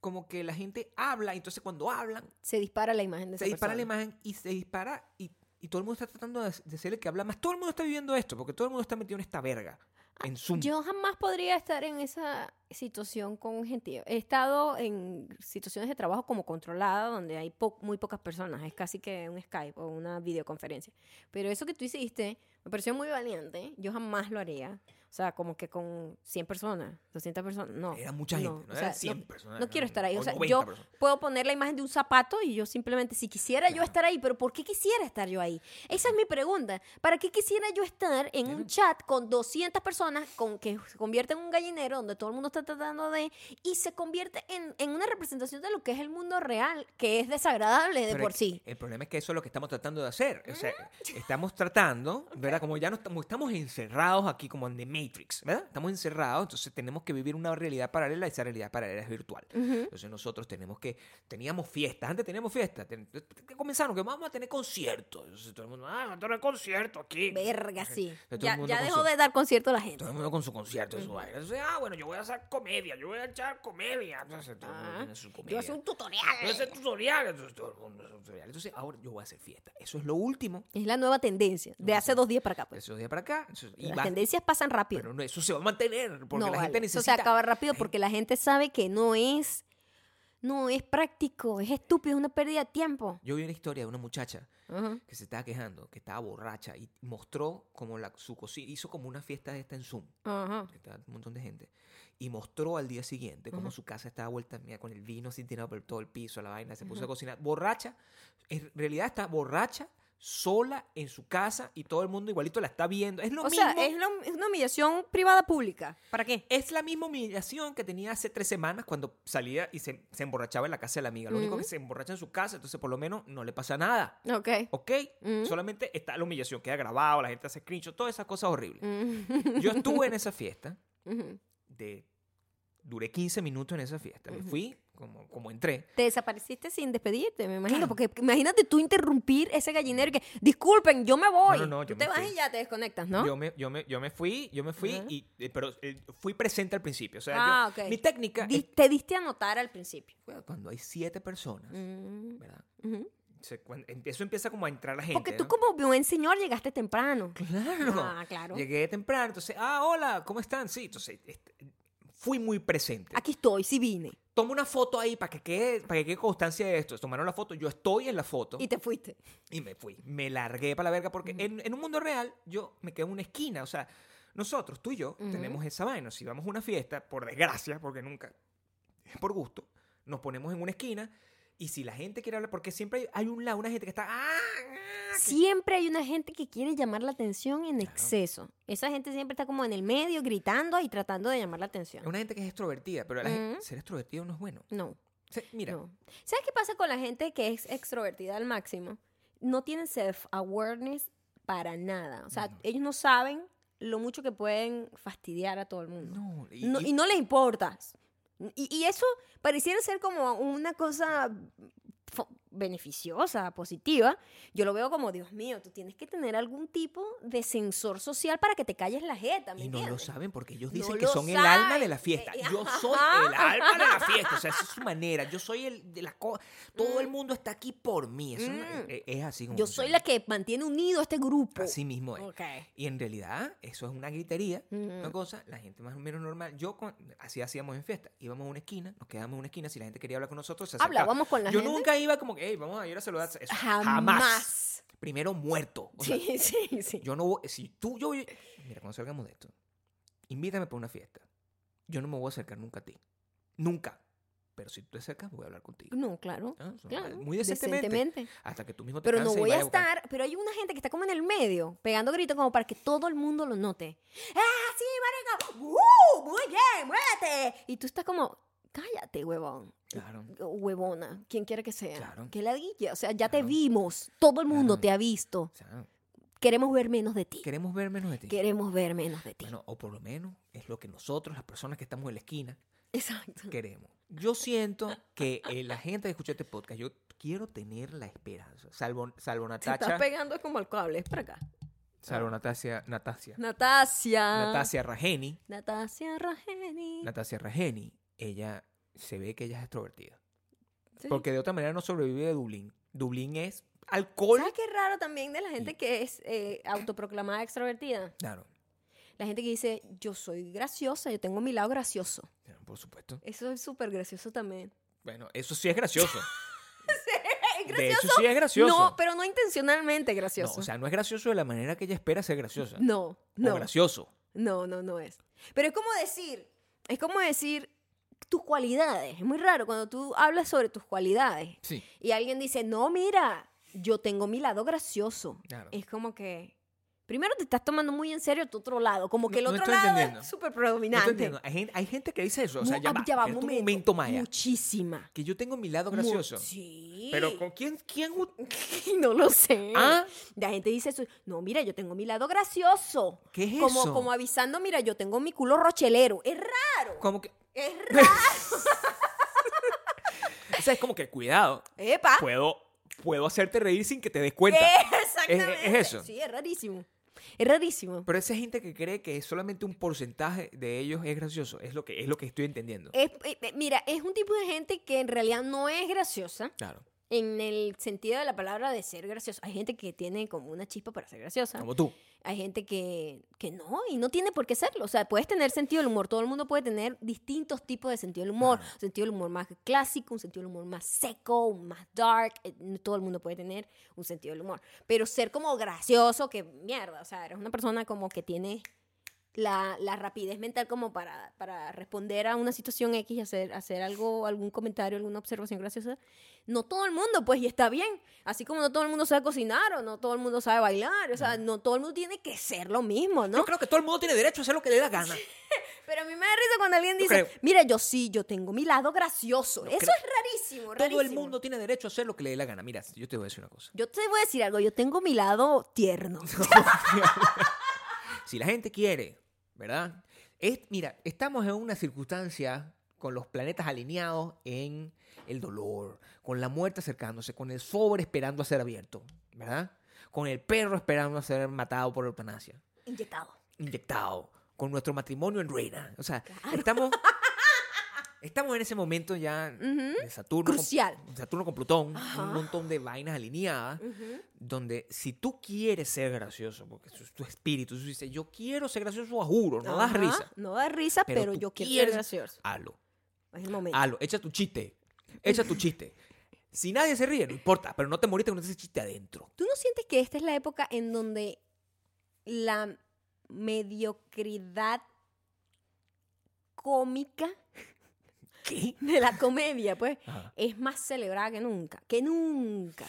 Speaker 2: como que la gente habla, entonces cuando hablan,
Speaker 1: Se dispara la imagen de
Speaker 2: se
Speaker 1: esa
Speaker 2: dispara la
Speaker 1: persona.
Speaker 2: imagen y se dispara y, y todo el mundo está tratando de, de ser el que habla más. Todo el mundo está viviendo esto, porque todo el mundo está metido en esta verga. En Zoom.
Speaker 1: Ah, Yo jamás podría estar en esa situación con gentío. He estado en situaciones de trabajo como controlada, donde hay po- muy pocas personas. Es casi que un Skype o una videoconferencia. Pero eso que tú hiciste me pareció muy valiente. Yo jamás lo haría. O sea, como que con 100 personas, 200 personas. No.
Speaker 2: Era mucha gente, no,
Speaker 1: o
Speaker 2: eran
Speaker 1: sea,
Speaker 2: 100
Speaker 1: no-
Speaker 2: personas.
Speaker 1: No quiero estar ahí. O sea,
Speaker 2: 90
Speaker 1: yo
Speaker 2: personas.
Speaker 1: puedo poner la imagen de un zapato y yo simplemente, si quisiera yo
Speaker 2: Claro.
Speaker 1: estar ahí, pero ¿por qué quisiera estar yo ahí? Esa es mi pregunta. ¿Para qué quisiera yo estar en un
Speaker 2: Claro.
Speaker 1: chat con 200 personas con, que se convierte en un gallinero donde todo el mundo está tratando de... y se convierte en, en una representación de lo que es el mundo real, que es desagradable de
Speaker 2: Pero
Speaker 1: por
Speaker 2: es-
Speaker 1: sí? Mm.
Speaker 2: El problema es que eso es lo que estamos tratando de hacer. O sea, estamos tratando, ¿verdad? Como ya no estamos, estamos encerrados aquí como en Matrix, ¿verdad? Estamos encerrados, entonces tenemos que vivir una realidad paralela y esa realidad paralela es virtual.
Speaker 1: Ujú.
Speaker 2: Entonces nosotros tenemos que, teníamos fiestas, antes teníamos fiestas, ten- que comenzaron, que vamos a tener conciertos. Entonces todo el mundo, ah, vamos a tener concierto aquí.
Speaker 1: Verga, sí.
Speaker 2: eh, todo el
Speaker 1: Ya,
Speaker 2: mundo
Speaker 1: ya
Speaker 2: con
Speaker 1: dejó
Speaker 2: su-
Speaker 1: de dar concierto a la gente.
Speaker 2: Todo el mundo con su concierto, su vaina. Entonces, ah, bueno, yo voy a hacer comedia, yo voy a echar comedia. Entonces todo el mundo
Speaker 1: Ah,
Speaker 2: tiene su comedia.
Speaker 1: Yo hago un tutorial.
Speaker 2: Voy a hacer tutoriales, entonces todo el mundo hace tutoriales. Entonces ahora yo voy a hacer fiesta. Eso es lo último.
Speaker 1: Es la nueva tendencia. De hace dos días para acá. Pues.
Speaker 2: Eso de para acá. eso- y
Speaker 1: Las
Speaker 2: va-
Speaker 1: tendencias pasan rápido.
Speaker 2: pero no, eso se va a mantener porque
Speaker 1: no,
Speaker 2: la gente
Speaker 1: vale.
Speaker 2: necesita.
Speaker 1: Eso se acaba rápido porque la gente sabe que no es, no es práctico, es estúpido, es una pérdida de tiempo.
Speaker 2: Yo vi una historia de una muchacha
Speaker 1: Ajá.
Speaker 2: que se estaba quejando, que estaba borracha y mostró como la, su cocina, hizo como una fiesta de esta en Zoom,
Speaker 1: Ajá.
Speaker 2: que estaba un montón de gente, y mostró al día siguiente como
Speaker 1: Ajá.
Speaker 2: su casa estaba vuelta mía con el vino así tirado por todo el piso, la vaina, se puso a cocinar, borracha, en realidad está borracha, sola en su casa y todo el mundo igualito la está viendo. Es lo
Speaker 1: O
Speaker 2: mismo.
Speaker 1: sea, es, lo- es una humillación privada pública. ¿Para qué?
Speaker 2: Es la misma humillación que tenía hace tres semanas cuando salía y se, se emborrachaba en la casa de la amiga. Lo único
Speaker 1: Ujú.
Speaker 2: que se emborracha en su casa, entonces por lo menos no le pasa nada.
Speaker 1: Ok.
Speaker 2: ¿Ok?
Speaker 1: Ujú.
Speaker 2: Solamente está la humillación, queda grabado, la gente hace screenshot, todas esas cosas horribles.
Speaker 1: Mm.
Speaker 2: Yo estuve en esa fiesta,
Speaker 1: Ujú.
Speaker 2: de, duré 15 minutos en esa fiesta. Me
Speaker 1: Ujú.
Speaker 2: fui, como, como entré.
Speaker 1: [laughs] Te desapareciste sin despedirte, me imagino. Porque imagínate tú interrumpir ese gallinero y que, disculpen, yo me voy.
Speaker 2: No, no, no, yo
Speaker 1: Tú te
Speaker 2: me
Speaker 1: vas
Speaker 2: fui.
Speaker 1: y ya te desconectas, ¿no?
Speaker 2: Yo, me, yo, me, yo me fui, yo me fui,
Speaker 1: Ujú.
Speaker 2: y, eh, pero eh, fui presente al principio. O sea,
Speaker 1: Ah,
Speaker 2: yo-
Speaker 1: ok.
Speaker 2: mi técnica
Speaker 1: Di-
Speaker 2: es-
Speaker 1: te diste a notar al principio.
Speaker 2: cuando hay siete personas,
Speaker 1: Mm,
Speaker 2: ¿verdad?
Speaker 1: ujú.
Speaker 2: Se- cuando- eso empieza como a entrar la gente.
Speaker 1: Porque tú
Speaker 2: ¿no?
Speaker 1: como buen señor llegaste temprano.
Speaker 2: Claro.
Speaker 1: Ah, claro.
Speaker 2: Llegué temprano, entonces, ah, hola, ¿cómo están? Sí, entonces este, fui muy presente.
Speaker 1: Aquí estoy, sí vine.
Speaker 2: Tomo una foto ahí para que quede, para que quede constancia de esto. Tomaron la foto, yo estoy en la foto
Speaker 1: Y
Speaker 2: y,
Speaker 1: te fuiste.
Speaker 2: me fui. Me largué para la verga porque en, en un mundo real yo me quedo en una esquina, o sea, nosotros, tú y yo,
Speaker 1: Ujú.
Speaker 2: tenemos esa vaina. Si vamos a una fiesta, por desgracia, porque nunca es por gusto, nos ponemos en una esquina y si la gente quiere hablar, porque siempre hay, hay un lado, una gente que está, ah, ah", que-
Speaker 1: Siempre hay una gente que quiere llamar la atención en exceso. Esa gente siempre está como en el medio, gritando y tratando de llamar la atención.
Speaker 2: una gente que es extrovertida, pero la gente-
Speaker 1: Ujú.
Speaker 2: ser extrovertido no es bueno.
Speaker 1: No,
Speaker 2: O sea, mira,
Speaker 1: no. ¿Sabes qué pasa con la gente que es extrovertida al máximo? No tienen self-awareness para nada. O sea, ellos no saben lo mucho que pueden fastidiar a todo el mundo.
Speaker 2: No, y,
Speaker 1: No-
Speaker 2: y-
Speaker 1: y, no les importa. Y, y eso pareciera ser como una cosa fo- beneficiosa, positiva. Yo lo veo como, Dios mío, tú tienes que tener algún tipo de sensor social para que te calles la jeta, ¿me
Speaker 2: y no lo
Speaker 1: entiendes?
Speaker 2: saben porque ellos
Speaker 1: No
Speaker 2: dicen que
Speaker 1: lo
Speaker 2: son el alma de la
Speaker 1: saben.
Speaker 2: fiesta.
Speaker 1: Eh,
Speaker 2: Yo soy
Speaker 1: ajá.
Speaker 2: el alma de la fiesta. O sea, esa es su manera. Yo soy el de la co- Todo el mundo está aquí por mí. Eso no-
Speaker 1: Mm.
Speaker 2: eh, es así como.
Speaker 1: Yo soy
Speaker 2: funciona.
Speaker 1: la que mantiene unido a este grupo.
Speaker 2: Así mismo es.
Speaker 1: Ok.
Speaker 2: Y en realidad, eso es una gritería,
Speaker 1: Ujú.
Speaker 2: una cosa, la gente más o menos normal. Yo, con- así hacíamos en fiesta. Íbamos a una esquina, nos quedábamos en una esquina. Si la gente quería hablar con nosotros, se acercaba.
Speaker 1: Hablábamos con la
Speaker 2: Yo
Speaker 1: gente.
Speaker 2: nunca iba como que, hey, vamos a ir a saludar. Eso,
Speaker 1: Jamás.
Speaker 2: Primero muerto. O sea,
Speaker 1: Sí, [laughs] sí, sí.
Speaker 2: Yo no voy, si tú, yo, yo- mira, cuando salgamos de esto, invítame para una fiesta. Yo no me voy a acercar nunca a ti. Nunca. Pero si tú te acercas, voy a hablar contigo.
Speaker 1: No, claro.
Speaker 2: Ah, eso,
Speaker 1: claro,
Speaker 2: Muy decentemente.
Speaker 1: decentemente.
Speaker 2: Hasta que tú mismo te
Speaker 1: Pero no
Speaker 2: canses y
Speaker 1: voy a
Speaker 2: vayas buscar-
Speaker 1: estar, pero hay una gente que está como en el medio, pegando gritos como para que todo el mundo lo note. ¡Ah, sí, marica! ¡Uh! ¡Muy bien! ¡Muévete! Y tú estás como, cállate, huevón.
Speaker 2: Claro.
Speaker 1: O Huevona, quien quiera que sea.
Speaker 2: Claro.
Speaker 1: Que la guilla. O sea, ya te
Speaker 2: Claro.
Speaker 1: vimos. Todo el mundo
Speaker 2: Claro.
Speaker 1: te ha visto.
Speaker 2: O sea,
Speaker 1: Queremos ver menos de ti.
Speaker 2: queremos ver menos de ti.
Speaker 1: Queremos ver menos de ti.
Speaker 2: Bueno, o por lo menos es lo que nosotros, las personas que estamos en la esquina,
Speaker 1: [laughs] Exacto.
Speaker 2: queremos. Yo siento que eh, la gente que escucha este podcast, yo quiero tener la esperanza. Salvo, salvo
Speaker 1: Te estás
Speaker 2: Natacha.
Speaker 1: pegando como al cable. Es para acá.
Speaker 2: Salvo Natasia. Natasia.
Speaker 1: Natasia.
Speaker 2: Natasia Rajeni.
Speaker 1: Natasia Rajeni.
Speaker 2: Natasia Rajeni, ella se ve que ella es extrovertida.
Speaker 1: Sí.
Speaker 2: Porque de otra manera no sobrevive de Dublín. Dublín es alcohol.
Speaker 1: ¿Sabes qué raro también de la gente
Speaker 2: Y-
Speaker 1: que es eh, autoproclamada extrovertida?
Speaker 2: Claro,
Speaker 1: La gente que dice, yo soy graciosa, yo tengo mi lado gracioso.
Speaker 2: claro, por supuesto.
Speaker 1: Eso es súper gracioso también.
Speaker 2: Bueno, eso sí es
Speaker 1: [laughs]
Speaker 2: gracioso.
Speaker 1: ¿Es
Speaker 2: De hecho, sí es gracioso.
Speaker 1: No, pero no intencionalmente
Speaker 2: No,
Speaker 1: gracioso.
Speaker 2: o sea, no es gracioso de la manera que ella espera ser graciosa.
Speaker 1: no,
Speaker 2: O
Speaker 1: no,
Speaker 2: gracioso.
Speaker 1: no, no, no es. Pero es como decir, es como decir tus cualidades. Es muy raro cuando tú hablas sobre tus cualidades
Speaker 2: Sí.
Speaker 1: y alguien dice, no, mira, yo tengo mi lado gracioso.
Speaker 2: Claro.
Speaker 1: Es como que... Primero te estás tomando muy en serio tu otro lado, como que el
Speaker 2: No- no
Speaker 1: otro
Speaker 2: estoy
Speaker 1: lado
Speaker 2: entendiendo.
Speaker 1: es súper
Speaker 2: No te
Speaker 1: predominante.
Speaker 2: entiendo. Hay, gen- hay gente que dice eso. O sea,
Speaker 1: Mu-
Speaker 2: ya
Speaker 1: ah,
Speaker 2: va.
Speaker 1: ya va,
Speaker 2: espérate un
Speaker 1: momento,
Speaker 2: momento, Maya.
Speaker 1: Muchísima.
Speaker 2: Que yo tengo mi lado
Speaker 1: Mu-
Speaker 2: gracioso.
Speaker 1: Sí.
Speaker 2: Pero ¿con quién? ¿Quién? ut-
Speaker 1: [laughs] no lo sé.
Speaker 2: ¿Ah?
Speaker 1: La gente dice eso. No, mira, yo tengo mi lado gracioso.
Speaker 2: ¿Qué es
Speaker 1: como,
Speaker 2: eso?
Speaker 1: Como avisando, mira, yo tengo mi culo rochelero. Es raro.
Speaker 2: Como que...
Speaker 1: Es raro.
Speaker 2: O sea, es como que cuidado.
Speaker 1: Epa.
Speaker 2: Puedo, puedo hacerte reír sin que te des cuenta.
Speaker 1: [laughs] Exactamente.
Speaker 2: Es- es eso.
Speaker 1: Sí, es rarísimo. Es rarísimo.
Speaker 2: Pero esa gente que cree que solamente un porcentaje de ellos es gracioso, es lo que, es lo que estoy entendiendo.
Speaker 1: Es- eh, eh, mira, es un tipo de gente que en realidad no es graciosa.
Speaker 2: Claro.
Speaker 1: En el sentido de la palabra de ser graciosa. Hay gente que tiene como una chispa para ser graciosa.
Speaker 2: Como tú.
Speaker 1: Hay gente que, que no, y no tiene por qué serlo. O sea, puedes tener sentido del humor. Todo el mundo puede tener distintos tipos de sentido del humor. Un sentido del humor más clásico, un sentido del humor más seco, un más dark. Eh, no Todo el mundo puede tener un sentido del humor. Pero ser como gracioso, que mierda. O sea, eres una persona como que tiene la, la rapidez mental como para, para responder a una situación X y hacer, hacer algo, algún comentario, alguna observación graciosa. No todo el mundo, pues, y está bien. Así como no todo el mundo sabe cocinar o no todo el mundo sabe bailar. O sea, no todo el mundo tiene que ser lo mismo, ¿no?
Speaker 2: Yo creo que todo el mundo tiene derecho a hacer lo que le da gana.
Speaker 1: Pero a mí me da risa cuando alguien
Speaker 2: Yo
Speaker 1: dice,
Speaker 2: creo.
Speaker 1: mira, yo sí, yo tengo mi lado gracioso. Eso
Speaker 2: creo.
Speaker 1: es rarísimo, rarísimo.
Speaker 2: Todo el mundo tiene derecho a hacer lo que le dé la gana. Mira, yo te voy a decir una cosa.
Speaker 1: Yo te voy a decir algo, yo tengo mi lado
Speaker 2: [laughs]
Speaker 1: tierno.
Speaker 2: Si la gente quiere, ¿verdad? Es, mira, estamos en una circunstancia con los planetas alineados en el dolor, con la muerte acercándose, con el sobre esperando a ser abierto, ¿verdad? Con el perro esperando a ser matado por eutanasia.
Speaker 1: Inyectado.
Speaker 2: inyectado, con nuestro matrimonio en ruina. O sea,
Speaker 1: [laughs]
Speaker 2: estamos, estamos en ese momento ya de Saturno. con-
Speaker 1: Crucial.
Speaker 2: Saturno con Plutón,
Speaker 1: Ajá.
Speaker 2: un montón de vainas alineadas,
Speaker 1: Ujú.
Speaker 2: donde si tú quieres ser gracioso, porque es tu espíritu, tú dices, yo quiero ser gracioso, a juro, no das
Speaker 1: Ajá,
Speaker 2: risa.
Speaker 1: No da risa, pero,
Speaker 2: Pero tú
Speaker 1: yo quiero ser
Speaker 2: quieres-
Speaker 1: gracioso.
Speaker 2: Halo,
Speaker 1: Es el momento.
Speaker 2: halo, echa tu chiste, echa tu chiste. Si nadie se ríe, no importa, pero no te moriste con ese chiste adentro.
Speaker 1: ¿Tú no sientes que esta es la época en donde la mediocridad cómica
Speaker 2: ¿Qué?
Speaker 1: de la comedia, pues,
Speaker 2: Ajá.
Speaker 1: es más celebrada que nunca? Que nunca.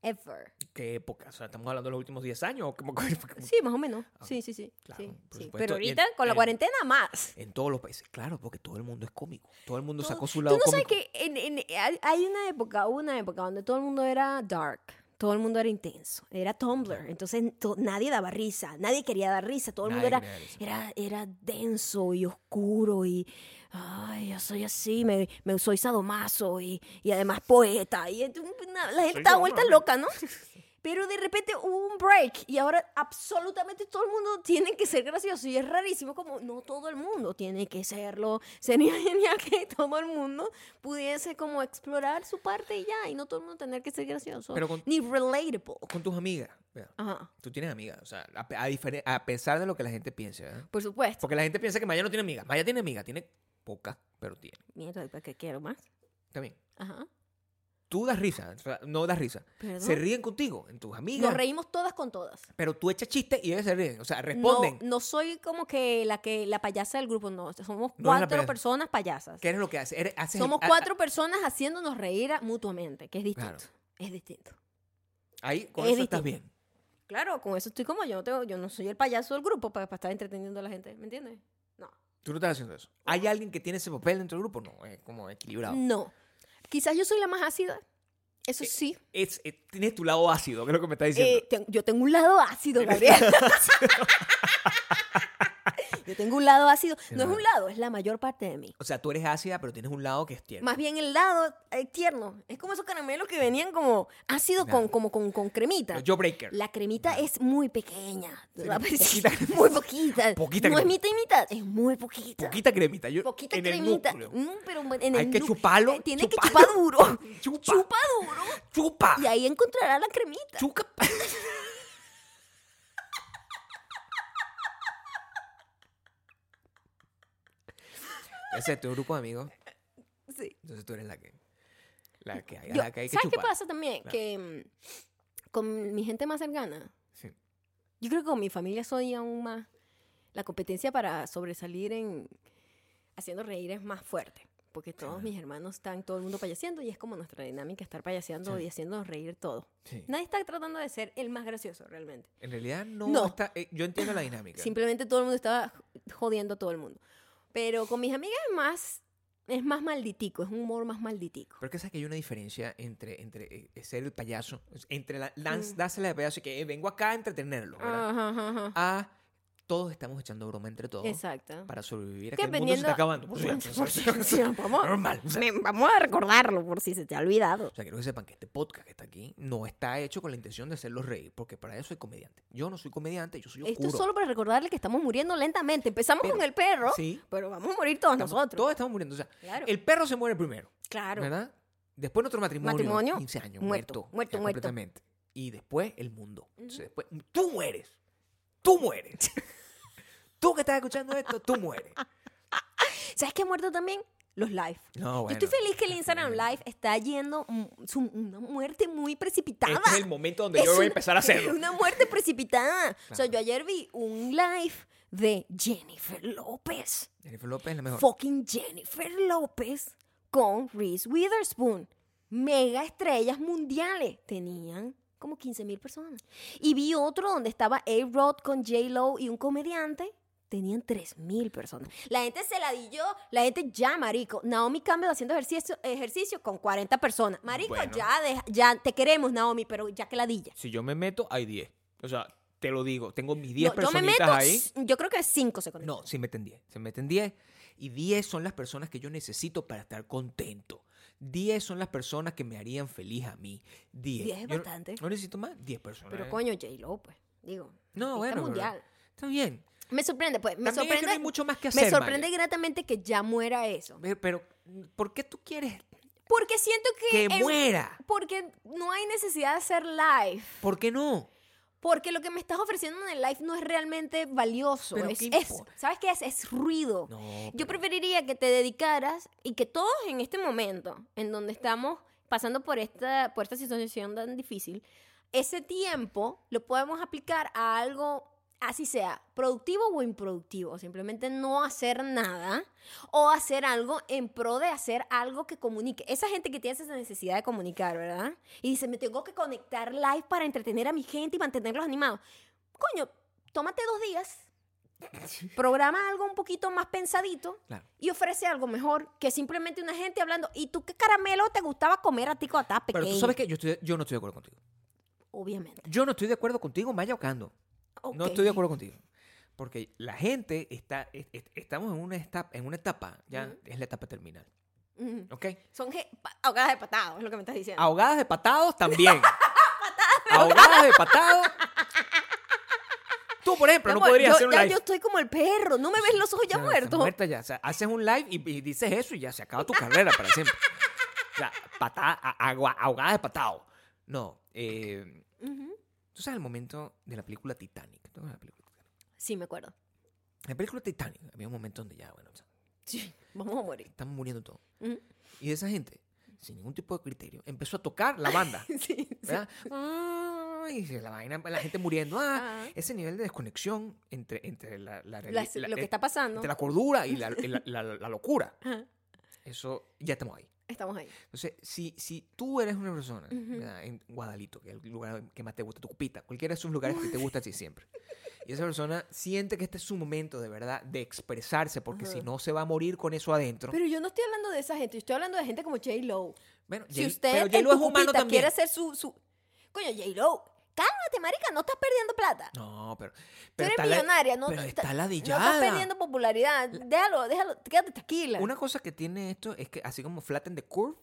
Speaker 1: Ever.
Speaker 2: ¿Qué época? O sea, estamos hablando de los últimos 10 años. o [laughs] cómo- cómo-
Speaker 1: Sí, más o menos.
Speaker 2: Ah,
Speaker 1: Sí, sí, sí.
Speaker 2: claro,
Speaker 1: sí,
Speaker 2: por
Speaker 1: sí.
Speaker 2: supuesto.
Speaker 1: Pero
Speaker 2: Y el-
Speaker 1: ahorita, con la
Speaker 2: el-
Speaker 1: cuarentena, más.
Speaker 2: En todos los países, claro, porque todo el mundo es cómico. Todo el mundo
Speaker 1: Todo-
Speaker 2: sacó su lado
Speaker 1: Tú no
Speaker 2: cómico.
Speaker 1: sabes que en- en- eh, hay- hay una época, hubo una época donde todo el mundo era dark, todo el mundo era intenso, era Tumblr, entonces to- nadie daba risa, nadie quería dar risa, todo el mundo
Speaker 2: Nadie
Speaker 1: era,
Speaker 2: quería
Speaker 1: era, era denso y oscuro y, ay, yo soy así, me, me- soy sadomaso y, y además poeta, y ent- una- la gente
Speaker 2: Soy
Speaker 1: está vuelta
Speaker 2: sadomaso.
Speaker 1: loca, ¿no?
Speaker 2: [laughs]
Speaker 1: Pero de repente hubo un break y ahora absolutamente todo el mundo tiene que ser gracioso y es rarísimo como no todo el mundo tiene que serlo. Sería [laughs] genial que todo el mundo pudiese como explorar su parte y ya y no todo el mundo tener que ser gracioso
Speaker 2: Pero con-
Speaker 1: ni relatable.
Speaker 2: Con tus amigas. mira,
Speaker 1: Ajá,
Speaker 2: tú tienes amigas, o sea, a, pe- a difere- a pesar de lo que la gente piense, ¿verdad?
Speaker 1: por supuesto.
Speaker 2: Porque la gente piensa que Maya no tiene amigas. Maya tiene amigas, tiene pocas, pero tiene.
Speaker 1: Mierda, ¿y ¿para qué quiero más?
Speaker 2: También.
Speaker 1: Ajá.
Speaker 2: Tú das risa, o sea, no das risa.
Speaker 1: Perdón.
Speaker 2: Se ríen contigo, en tus amigas.
Speaker 1: Nos reímos todas con todas.
Speaker 2: pero tú echas chistes y ellos se ríen. O sea,
Speaker 1: No,
Speaker 2: responden.
Speaker 1: no soy como que la que la payasa del grupo, no, somos
Speaker 2: No eres la
Speaker 1: cuatro
Speaker 2: payasa.
Speaker 1: personas payasas.
Speaker 2: ¿Qué eres lo que haces? Eres- haces el-
Speaker 1: Somos
Speaker 2: a- a-
Speaker 1: cuatro personas haciéndonos reír a- mutuamente, que es distinto.
Speaker 2: Claro.
Speaker 1: Es distinto.
Speaker 2: ahí, con
Speaker 1: es
Speaker 2: eso estás
Speaker 1: distinto.
Speaker 2: bien.
Speaker 1: Claro, con eso estoy como yo. No tengo, yo no soy el payaso del grupo para, para estar entreteniendo a la gente. ¿Me entiendes? No.
Speaker 2: Tú no estás haciendo eso. ¿Hay alguien que tiene ese papel dentro del grupo? No, es como equilibrado.
Speaker 1: No. Quizás yo soy la más ácida. Eso sí.
Speaker 2: Es, es- tienes tu lado ácido, que es lo que me estás diciendo.
Speaker 1: Eh, ten- yo tengo un lado ácido, Gabriel. [laughs] yo tengo un lado ácido. No es
Speaker 2: va.
Speaker 1: un lado, es la mayor parte de mí.
Speaker 2: O sea, tú eres ácida, pero tienes un lado que es tierno.
Speaker 1: Más bien el lado eh, tierno. Es como esos caramelos que venían como ácido con,
Speaker 2: Claro.
Speaker 1: como con, con cremita.
Speaker 2: Los Jawbreaker.
Speaker 1: La cremita es muy pequeña.
Speaker 2: Sí,
Speaker 1: La- [laughs]
Speaker 2: muy poquita.
Speaker 1: muy poquita.
Speaker 2: Poquita
Speaker 1: no es
Speaker 2: crema.
Speaker 1: mitad y mitad, es muy poquita.
Speaker 2: Poquita cremita. Yo,
Speaker 1: Poquita
Speaker 2: en
Speaker 1: cremita.
Speaker 2: el núcleo.
Speaker 1: Mm, pero en el
Speaker 2: Hay que
Speaker 1: nu-
Speaker 2: chuparlo,
Speaker 1: eh, Tiene que
Speaker 2: chuparlo.
Speaker 1: chupar duro.
Speaker 2: [laughs] Chupa.
Speaker 1: Chupa duro.
Speaker 2: Chupa.
Speaker 1: Y ahí encontrará la cremita. [laughs]
Speaker 2: Chuca. Ese es tu grupo de amigos.
Speaker 1: Sí.
Speaker 2: Entonces tú eres la que. La que hay,
Speaker 1: Yo-
Speaker 2: la que, hay que
Speaker 1: ¿Sabes qué
Speaker 2: chupar.
Speaker 1: pasa también?
Speaker 2: Claro.
Speaker 1: Que mm, con mi gente más cercana,
Speaker 2: Sí.
Speaker 1: yo creo que con mi familia soy aún más. La competencia para sobresalir en haciendo reír es más fuerte. Porque todos
Speaker 2: Claro.
Speaker 1: mis hermanos están, todo el mundo payaseando y es como nuestra dinámica estar payaseando
Speaker 2: Sí.
Speaker 1: y haciéndonos reír todos.
Speaker 2: Sí.
Speaker 1: Nadie está tratando de ser el más gracioso realmente.
Speaker 2: En realidad no,
Speaker 1: No.
Speaker 2: está. eh, yo entiendo la dinámica.
Speaker 1: Simplemente todo el mundo estaba jodiendo a todo el mundo. Pero con mis amigas es más Es más malditico, es un humor más malditico.
Speaker 2: Pero que sabes que hay una diferencia entre, entre eh, ser el payaso, entre
Speaker 1: Mm.
Speaker 2: la, lanz- dársela de payaso y que eh, vengo acá a entretenerlo, ¿verdad?
Speaker 1: Ajá, ajá, ajá.
Speaker 2: A todos estamos echando broma entre todos
Speaker 1: Exacto.
Speaker 2: para sobrevivir a que
Speaker 1: Que
Speaker 2: el mundo se está
Speaker 1: vendiendo-
Speaker 2: acabando.
Speaker 1: [laughs] Por
Speaker 2: Por cierto, o sea,
Speaker 1: cierto, vamos,
Speaker 2: Normal. O sea,
Speaker 1: me- vamos a recordarlo por si se te ha olvidado.
Speaker 2: o sea, quiero que sepan que este podcast que está aquí no está hecho con la intención de hacerlos reír, porque para eso soy comediante. Yo no soy comediante, yo soy oscuro.
Speaker 1: Esto es solo para recordarle que estamos muriendo lentamente. Empezamos con el perro,
Speaker 2: Sí.
Speaker 1: pero vamos a morir todos
Speaker 2: Estamos-
Speaker 1: nosotros.
Speaker 2: Todos estamos muriendo. O sea,
Speaker 1: Claro.
Speaker 2: el perro se muere primero.
Speaker 1: Claro.
Speaker 2: ¿Verdad? Después nuestro matrimonio.
Speaker 1: Matrimonio,
Speaker 2: 15 años.
Speaker 1: muerto,
Speaker 2: Muerto.
Speaker 1: muerto,
Speaker 2: ya
Speaker 1: muerto.
Speaker 2: Completamente. Y después el mundo. Entonces, después, tú mueres. Tú
Speaker 1: [laughs]
Speaker 2: mueres. tú que estás escuchando esto, tú mueres.
Speaker 1: ¿Sabes qué ha muerto también? Los live.
Speaker 2: No, bueno. Este
Speaker 1: Yo estoy feliz que el Instagram Live está yendo mm, su- una muerte muy precipitada.
Speaker 2: Este es el momento donde
Speaker 1: [laughs]
Speaker 2: yo
Speaker 1: Es
Speaker 2: voy a
Speaker 1: una-
Speaker 2: empezar a hacerlo.
Speaker 1: Una muerte precipitada. O sea, yo ayer vi un live de Jennifer López.
Speaker 2: Jennifer López es la mejor.
Speaker 1: Fucking Jennifer López con Reese Witherspoon. Mega estrellas mundiales. Tenían como 15 mil personas. Y vi otro donde estaba A-Rod con J-Lo y un comediante. Tenían 3.000 personas. La gente se la di yo, la gente ya, marico. Naomi Campbell haciendo ejercicio, ejercicio con 40 personas. Marico,
Speaker 2: Bueno.
Speaker 1: ya, deja- ya te queremos, Naomi, pero ya que la di ya.
Speaker 2: Si yo me meto, hay 10. O sea, te lo digo. Tengo mis 10
Speaker 1: No, yo me
Speaker 2: personitas
Speaker 1: meto,
Speaker 2: ahí.
Speaker 1: s- yo creo que 5 se conectan.
Speaker 2: No, se meten 10. Se meten 10. Y 10 son las personas que yo necesito para estar contento. 10 son las personas que me harían feliz a mí. 10.
Speaker 1: 10 es
Speaker 2: Yo no-
Speaker 1: bastante.
Speaker 2: No necesito más. 10 personas. ¿eh?
Speaker 1: Pero coño, J-Lo, pues. Digo,
Speaker 2: No,
Speaker 1: artista
Speaker 2: bueno. pero-
Speaker 1: mundial.
Speaker 2: Está bien.
Speaker 1: Me sorprende, pues. Me
Speaker 2: También es que
Speaker 1: sorprende.
Speaker 2: no hay mucho más
Speaker 1: Me
Speaker 2: que hacer,
Speaker 1: sorprende gratamente que ya muera eso.
Speaker 2: Ve, Pero, ¿por qué tú quieres
Speaker 1: Porque siento que.
Speaker 2: que
Speaker 1: en-
Speaker 2: muera?
Speaker 1: Porque no hay necesidad de hacer live.
Speaker 2: ¿Por qué no?
Speaker 1: Porque lo que me estás ofreciendo en el live no es realmente valioso.
Speaker 2: Pero
Speaker 1: es,
Speaker 2: ¿qué
Speaker 1: es-
Speaker 2: importa?
Speaker 1: ¿Sabes qué es? Es ruido.
Speaker 2: No.
Speaker 1: Yo
Speaker 2: pero-
Speaker 1: preferiría que te dedicaras y que todos en este momento, en donde estamos pasando por esta, por esta situación tan difícil, ese tiempo lo podemos aplicar a algo, así sea, productivo o improductivo. Simplemente no hacer nada o hacer algo en pro de hacer algo que comunique. Esa gente que tiene esa necesidad de comunicar, ¿verdad? Y dice, me tengo que conectar live para entretener a mi gente y mantenerlos animados. Coño, tómate dos días. Programa algo un poquito más pensadito
Speaker 2: Claro.
Speaker 1: y ofrece algo mejor que simplemente una gente hablando. ¿Y tú qué caramelo te gustaba comer a ti cuando estabas pequeño?
Speaker 2: Pero tú sabes que yo, estoy- yo no estoy de acuerdo contigo.
Speaker 1: Obviamente.
Speaker 2: Yo no estoy de acuerdo contigo, Maya Ocando. No
Speaker 1: Ok.
Speaker 2: estoy de acuerdo contigo. Porque la gente está, es- es- estamos en una etapa, en una etapa, ya es la etapa terminal.
Speaker 1: Mm.
Speaker 2: ¿Ok?
Speaker 1: Son ge- pa- ahogadas de patado, es lo que me estás diciendo.
Speaker 2: Ahogadas de patados
Speaker 1: [laughs]
Speaker 2: también. Ahogadas de patados. Tú, por ejemplo, no
Speaker 1: Mi amor,
Speaker 2: podrías
Speaker 1: yo,
Speaker 2: hacer un
Speaker 1: ya
Speaker 2: live.
Speaker 1: yo estoy como el perro. No me ves los ojos ya
Speaker 2: O sea, estás
Speaker 1: muertos.
Speaker 2: Muerta ya. O sea, haces un live y, y dices eso y ya se acaba tu carrera para siempre. O sea, patada, a- agua, ahogada de patado. No. eh,
Speaker 1: Ujú.
Speaker 2: Tú sabes el momento de la película Titanic. ¿Tú sabes la película? Titanic?
Speaker 1: Sí, me acuerdo.
Speaker 2: En la película Titanic había un momento donde ya, bueno, o sea,
Speaker 1: Sí, [laughs] vamos a morir.
Speaker 2: estamos muriendo todos.
Speaker 1: Ujú.
Speaker 2: Y esa gente, sin ningún tipo de criterio, empezó a tocar la banda.
Speaker 1: [laughs] Sí, sí.
Speaker 2: ¿verdad? Ay, la vaina, la gente muriendo. Ah,
Speaker 1: Ajá.
Speaker 2: ese nivel de desconexión entre, entre la, la reali-
Speaker 1: Las-
Speaker 2: la-
Speaker 1: lo que
Speaker 2: eh,
Speaker 1: está pasando.
Speaker 2: entre la cordura y la,
Speaker 1: [laughs]
Speaker 2: la- la- la locura.
Speaker 1: Ajá.
Speaker 2: Eso ya estamos ahí.
Speaker 1: Estamos ahí.
Speaker 2: Entonces, si, si tú eres una persona ¿verdad? en Guadalito, que es el lugar que más te gusta, tu cupita, cualquiera de esos lugares que te gusta así siempre, y esa persona siente que este es su momento de verdad de expresarse, porque si no se va a morir con eso adentro.
Speaker 1: Pero yo no estoy hablando de esa gente. Yo estoy hablando de gente como J-Lo.
Speaker 2: bueno,
Speaker 1: Si
Speaker 2: J-
Speaker 1: usted
Speaker 2: pero
Speaker 1: en
Speaker 2: J-Lo
Speaker 1: tu
Speaker 2: es humano
Speaker 1: cupita
Speaker 2: también.
Speaker 1: quiere hacer su... su... Coño, J-Lo, cálmate, marica. No estás perdiendo plata.
Speaker 2: No, pero.
Speaker 1: Tú
Speaker 2: pero
Speaker 1: eres
Speaker 2: está la-
Speaker 1: millonaria, no,
Speaker 2: pero
Speaker 1: te-
Speaker 2: está
Speaker 1: no
Speaker 2: ladillada.
Speaker 1: estás perdiendo popularidad. Déjalo, déjalo, quédate tranquila.
Speaker 2: Una cosa que tiene esto es que así como flatten the curve,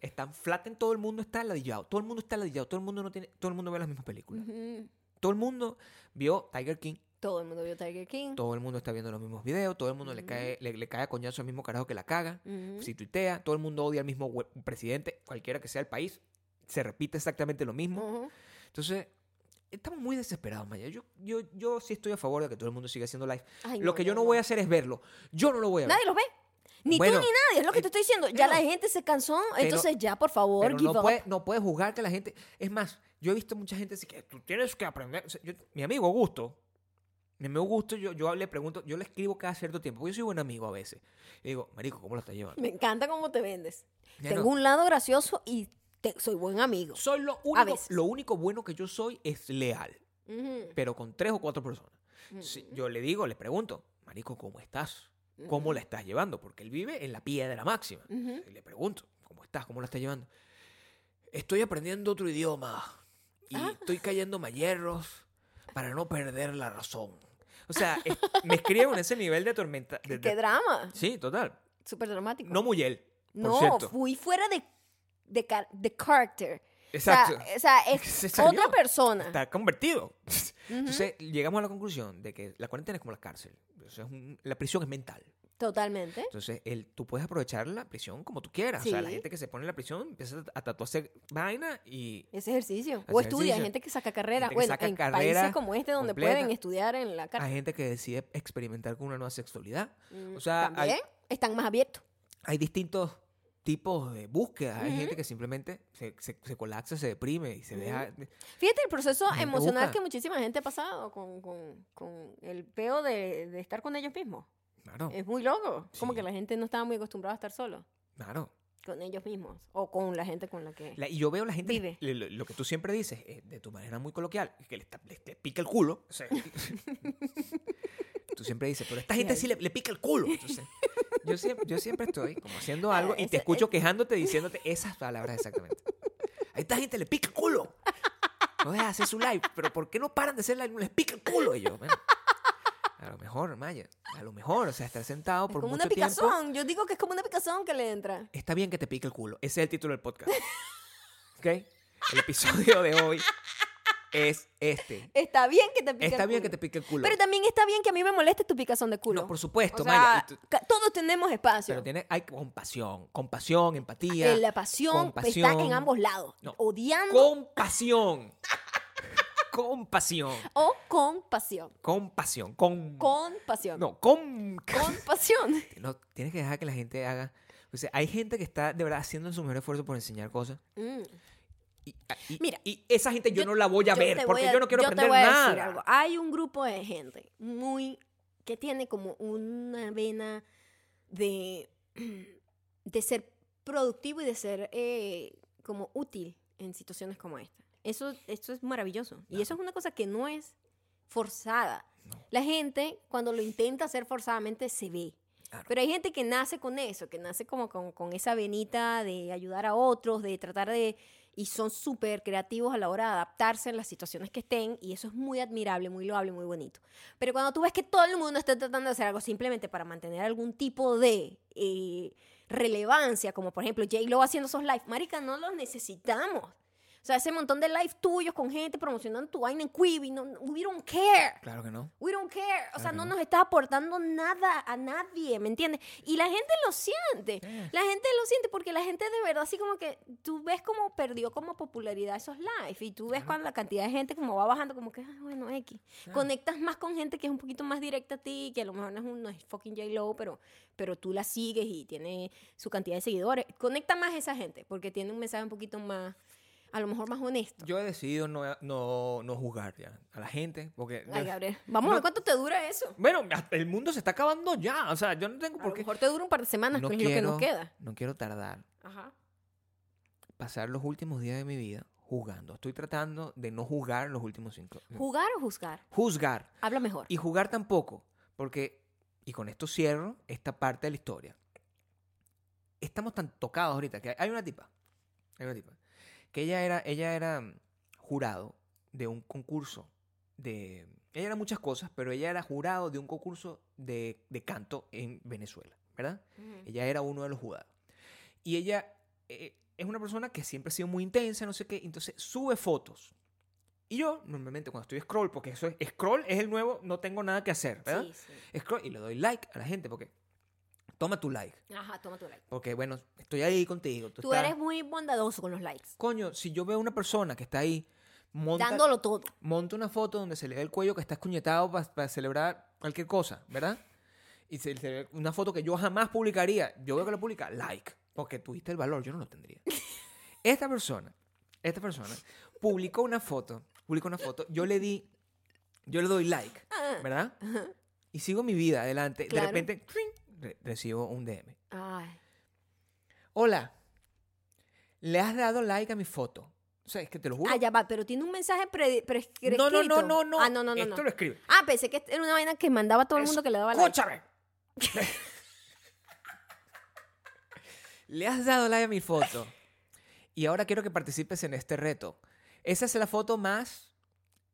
Speaker 2: están flatten, todo el mundo está ladillado, todo el mundo está ladillado, todo el mundo no tiene, todo el mundo ve las mismas películas.
Speaker 1: Ujú.
Speaker 2: Todo el mundo vio Tiger King,
Speaker 1: Todo el mundo vio Tiger King.
Speaker 2: todo el mundo está viendo los mismos videos, todo el mundo le cae
Speaker 1: Mm.
Speaker 2: le, le cae a coñazo al mismo carajo que la caga,
Speaker 1: Ujú.
Speaker 2: si tuitea, todo el mundo odia al mismo we- presidente, cualquiera que sea el país, se repite exactamente lo mismo.
Speaker 1: Ujú.
Speaker 2: Entonces, estamos muy desesperados, Maya. Yo yo yo sí estoy a favor de que todo el mundo siga haciendo live.
Speaker 1: Ay,
Speaker 2: lo
Speaker 1: no,
Speaker 2: que yo
Speaker 1: no,
Speaker 2: no
Speaker 1: no.
Speaker 2: voy a hacer es verlo. Yo no lo voy a ver.
Speaker 1: Nadie los ve. Ni
Speaker 2: Bueno,
Speaker 1: tú ni nadie, es lo que
Speaker 2: eh,
Speaker 1: te estoy diciendo. Ya la
Speaker 2: pero-
Speaker 1: gente se cansó, entonces ya, por favor,
Speaker 2: Pero
Speaker 1: give
Speaker 2: no
Speaker 1: up.
Speaker 2: puedes no puede juzgar que la gente. Es más, yo he visto mucha gente así que tú tienes que aprender. O sea, yo- mi amigo Augusto, mi amigo Augusto, yo, yo le pregunto, yo le escribo cada cierto tiempo. porque Yo soy buen amigo a veces. Y digo, Marico, ¿cómo lo estás llevando?
Speaker 1: Me encanta cómo te vendes.
Speaker 2: Ya
Speaker 1: Tengo
Speaker 2: no.
Speaker 1: un lado gracioso y te- soy buen amigo.
Speaker 2: Soy lo único,
Speaker 1: veces.
Speaker 2: lo único bueno que yo soy es leal,
Speaker 1: Ujú. Mm.
Speaker 2: pero con tres o cuatro personas. Si- yo le digo, le pregunto, Marico, ¿cómo estás?
Speaker 1: Mm.
Speaker 2: ¿Cómo la estás llevando? Porque él vive en la piedra máxima.
Speaker 1: Ujú.
Speaker 2: Y le pregunto, ¿cómo estás? ¿Cómo la estás llevando? Estoy aprendiendo otro idioma y
Speaker 1: Ah.
Speaker 2: estoy cayéndome a hierros para no perder la razón. O sea,
Speaker 1: [laughs]
Speaker 2: es- me escribe con ese nivel de tormenta. de- de-
Speaker 1: Qué drama.
Speaker 2: sí, total.
Speaker 1: Súper dramático.
Speaker 2: No muy él, por
Speaker 1: No,
Speaker 2: cierto.
Speaker 1: fui fuera de, de, car- de character.
Speaker 2: Exacto.
Speaker 1: O sea, eh, o sea,
Speaker 2: [laughs] Se
Speaker 1: es
Speaker 2: salió.
Speaker 1: otra persona.
Speaker 2: Está convertido. [laughs] Entonces, llegamos a la conclusión de que la cuarentena es como la cárcel. O sea, es un- la prisión es mental.
Speaker 1: Totalmente.
Speaker 2: Entonces, él, tú puedes aprovechar la prisión como tú quieras. O sea, la
Speaker 1: Sí.
Speaker 2: gente que se pone en la prisión empieza a tatuarse vaina y...
Speaker 1: Ese ejercicio.
Speaker 2: Ese
Speaker 1: o estudia, hay
Speaker 2: ejercicio.
Speaker 1: gente que saca carrera.
Speaker 2: Gente que
Speaker 1: bueno,
Speaker 2: saca
Speaker 1: en
Speaker 2: carrera
Speaker 1: países como este donde
Speaker 2: completa.
Speaker 1: pueden estudiar en la
Speaker 2: Hay
Speaker 1: carrera.
Speaker 2: gente que decide experimentar con una nueva sexualidad. O sea, hay,
Speaker 1: Mm, También están más abiertos.
Speaker 2: hay distintos tipos de búsquedas. Hay gente que simplemente se, se- se colapsa, se deprime y se deja...
Speaker 1: Fíjate el proceso
Speaker 2: gente
Speaker 1: emocional
Speaker 2: busca.
Speaker 1: que muchísima gente ha pasado con, con- con el peo de, de estar con ellos mismos.
Speaker 2: Claro,
Speaker 1: Es muy loco. Como
Speaker 2: Sí.
Speaker 1: que la gente no estaba muy acostumbrada a estar solo
Speaker 2: claro.
Speaker 1: con ellos mismos o con la gente con la que...
Speaker 2: La- y yo veo la gente,
Speaker 1: Vive.
Speaker 2: le- Lo, lo que tú siempre dices, eh, de tu manera muy coloquial, que le, está- le- le pica el culo. o sea, [laughs] tú siempre dices, pero a esta gente sí le, le pica el culo. Entonces, yo, siempre, yo siempre estoy como haciendo algo y
Speaker 1: Ah, Ese-
Speaker 2: te escucho quejándote, diciéndote esas palabras exactamente. A esta gente le pica el culo. No deja de hacer su live, pero ¿por qué no paran de hacer live? Les pica el culo. Y yo, bueno, a lo mejor, Maya, a lo mejor, o sea, estar sentado
Speaker 1: Es
Speaker 2: por
Speaker 1: como
Speaker 2: mucho
Speaker 1: una
Speaker 2: tiempo.
Speaker 1: picazón. Yo digo que es como una picazón que le entra.
Speaker 2: Está bien que te pique el culo. Ese es el título del podcast. [laughs] ¿Ok? El episodio de hoy es este.
Speaker 1: Está bien que [laughs] te pique
Speaker 2: Está
Speaker 1: el
Speaker 2: bien que
Speaker 1: culo.
Speaker 2: te pique el culo.
Speaker 1: Pero también está bien que a mí me moleste tu picazón de culo.
Speaker 2: no, por supuesto,
Speaker 1: O sea,
Speaker 2: Maya. y tú-
Speaker 1: ca- todos tenemos espacio.
Speaker 2: pero tiene, hay compasión. Compasión, empatía.
Speaker 1: Eh, la pasión
Speaker 2: compasión.
Speaker 1: está en ambos lados.
Speaker 2: No.
Speaker 1: Odiando [laughs]
Speaker 2: Compasión. Compasión.
Speaker 1: o con pasión.
Speaker 2: Compasión. Con.
Speaker 1: Con pasión.
Speaker 2: Mm. No, con. [laughs]
Speaker 1: Con pasión.
Speaker 2: No, tienes que dejar que la gente haga. O sea, hay gente que está de verdad haciendo su mejor esfuerzo por enseñar cosas.
Speaker 1: Mm.
Speaker 2: Y, ah, y-
Speaker 1: Mira,
Speaker 2: y esa gente yo,
Speaker 1: yo-
Speaker 2: no la voy a ver
Speaker 1: te
Speaker 2: porque
Speaker 1: voy a-
Speaker 2: yo no quiero
Speaker 1: yo
Speaker 2: aprender
Speaker 1: te voy a
Speaker 2: nada.
Speaker 1: Decir algo. Hay un grupo de gente muy que tiene como una vena de, [clears throat] de ser productivo y de ser eh, como útil en situaciones como esta. Eso, eso es maravilloso. Y eso es una cosa que no es forzada. La gente, cuando lo intenta hacer forzadamente, se ve.
Speaker 2: Claro.
Speaker 1: Pero hay gente que nace con eso, que nace como con, con esa venita de ayudar a otros, de tratar de... Y son súper creativos a la hora de adaptarse en las situaciones que estén. Y eso es muy admirable, muy loable, muy bonito. Pero cuando tú ves que todo el mundo está tratando de hacer algo simplemente para mantener algún tipo de eh, relevancia, como por ejemplo J-Lo haciendo esos live, marica, no los necesitamos. O sea, ese montón de live tuyos con gente promocionando tu vaina en Quibi, no, we don't care.
Speaker 2: Claro que no.
Speaker 1: We don't care. O sea,
Speaker 2: Claro que
Speaker 1: no
Speaker 2: no.
Speaker 1: nos está aportando nada a nadie, ¿me entiendes? Y la gente lo siente.
Speaker 2: Eh.
Speaker 1: La gente lo siente porque la gente de verdad, así como que tú ves como perdió como popularidad esos live y tú ves cuando la cantidad de gente como va bajando, como que, "Ah, bueno, X. Conectas más con gente que es un poquito más directa a ti, que a lo mejor no es, un, no es fucking J-Lo, pero, pero tú la sigues y tiene su cantidad de seguidores. Conecta más a esa gente porque tiene un mensaje un poquito más, a lo mejor más honesto.
Speaker 2: Yo he decidido no, no, no juzgar ya a la gente porque...
Speaker 1: Ay, Gabriel, vamos a
Speaker 2: No.
Speaker 1: ver cuánto te dura eso.
Speaker 2: Bueno, el mundo se está acabando ya. O sea, yo no tengo
Speaker 1: A
Speaker 2: por
Speaker 1: lo
Speaker 2: qué...
Speaker 1: mejor te dura un par de semanas,
Speaker 2: No
Speaker 1: pero es lo que nos
Speaker 2: quiero-
Speaker 1: queda.
Speaker 2: No quiero tardar.
Speaker 1: Ajá.
Speaker 2: Pasar los últimos días de mi vida jugando. Estoy tratando de no jugar los últimos cinco...
Speaker 1: ¿Jugar o juzgar?
Speaker 2: Juzgar.
Speaker 1: Habla mejor.
Speaker 2: Y jugar tampoco. Porque... Y con esto cierro esta parte de la historia. Estamos tan tocados ahorita que hay una tipa. Hay una tipa. Que ella era, ella era mm, jurado de un concurso de... Ella era muchas cosas, pero ella era jurado de un concurso de, de canto en Venezuela, ¿verdad? Ella era uno de los jurados. Y ella eh, es una persona que siempre ha sido muy intensa, no sé qué, entonces sube fotos. Y yo, normalmente cuando estoy scroll, porque eso es, scroll es el nuevo, no tengo nada que hacer, ¿verdad?
Speaker 1: Sí, sí.
Speaker 2: Scroll y le doy like a la gente, porque toma tu like,
Speaker 1: Ajá, toma tu like.
Speaker 2: porque bueno, estoy ahí contigo. Tú,
Speaker 1: Tú
Speaker 2: estás-
Speaker 1: eres muy bondadoso con los likes.
Speaker 2: Coño, si yo veo una persona que está ahí, monta,
Speaker 1: Dándolo todo.
Speaker 2: monta una foto donde se le ve el cuello que está escuñetado para celebrar cualquier cosa, ¿verdad? Y se, se ve una foto que yo jamás publicaría. Yo veo que la publica, like, porque tuviste el valor, yo no
Speaker 1: [laughs]
Speaker 2: lo tendría. Esta persona, esta persona, publicó una foto, publicó una foto, yo le di, yo le doy like, ¿verdad? Y sigo mi vida adelante.
Speaker 1: Ah. Claro.
Speaker 2: De repente, ¡tring! re- recibo un DM.
Speaker 1: Ay.
Speaker 2: Hola, ¿le has dado like a mi foto? O sea, es que te lo juro.
Speaker 1: Ah, ya va, pero tiene un mensaje pre preescrito.
Speaker 2: no, no, no, no, no.
Speaker 1: Ah, no, no, no.
Speaker 2: Esto
Speaker 1: no.
Speaker 2: lo escribe.
Speaker 1: Ah, pensé que era una vaina que mandaba todo el mundo que le daba like.
Speaker 2: Escúchame. [laughs] Le has dado like a mi foto. Y ahora quiero que participes en este reto. Esa es la foto más...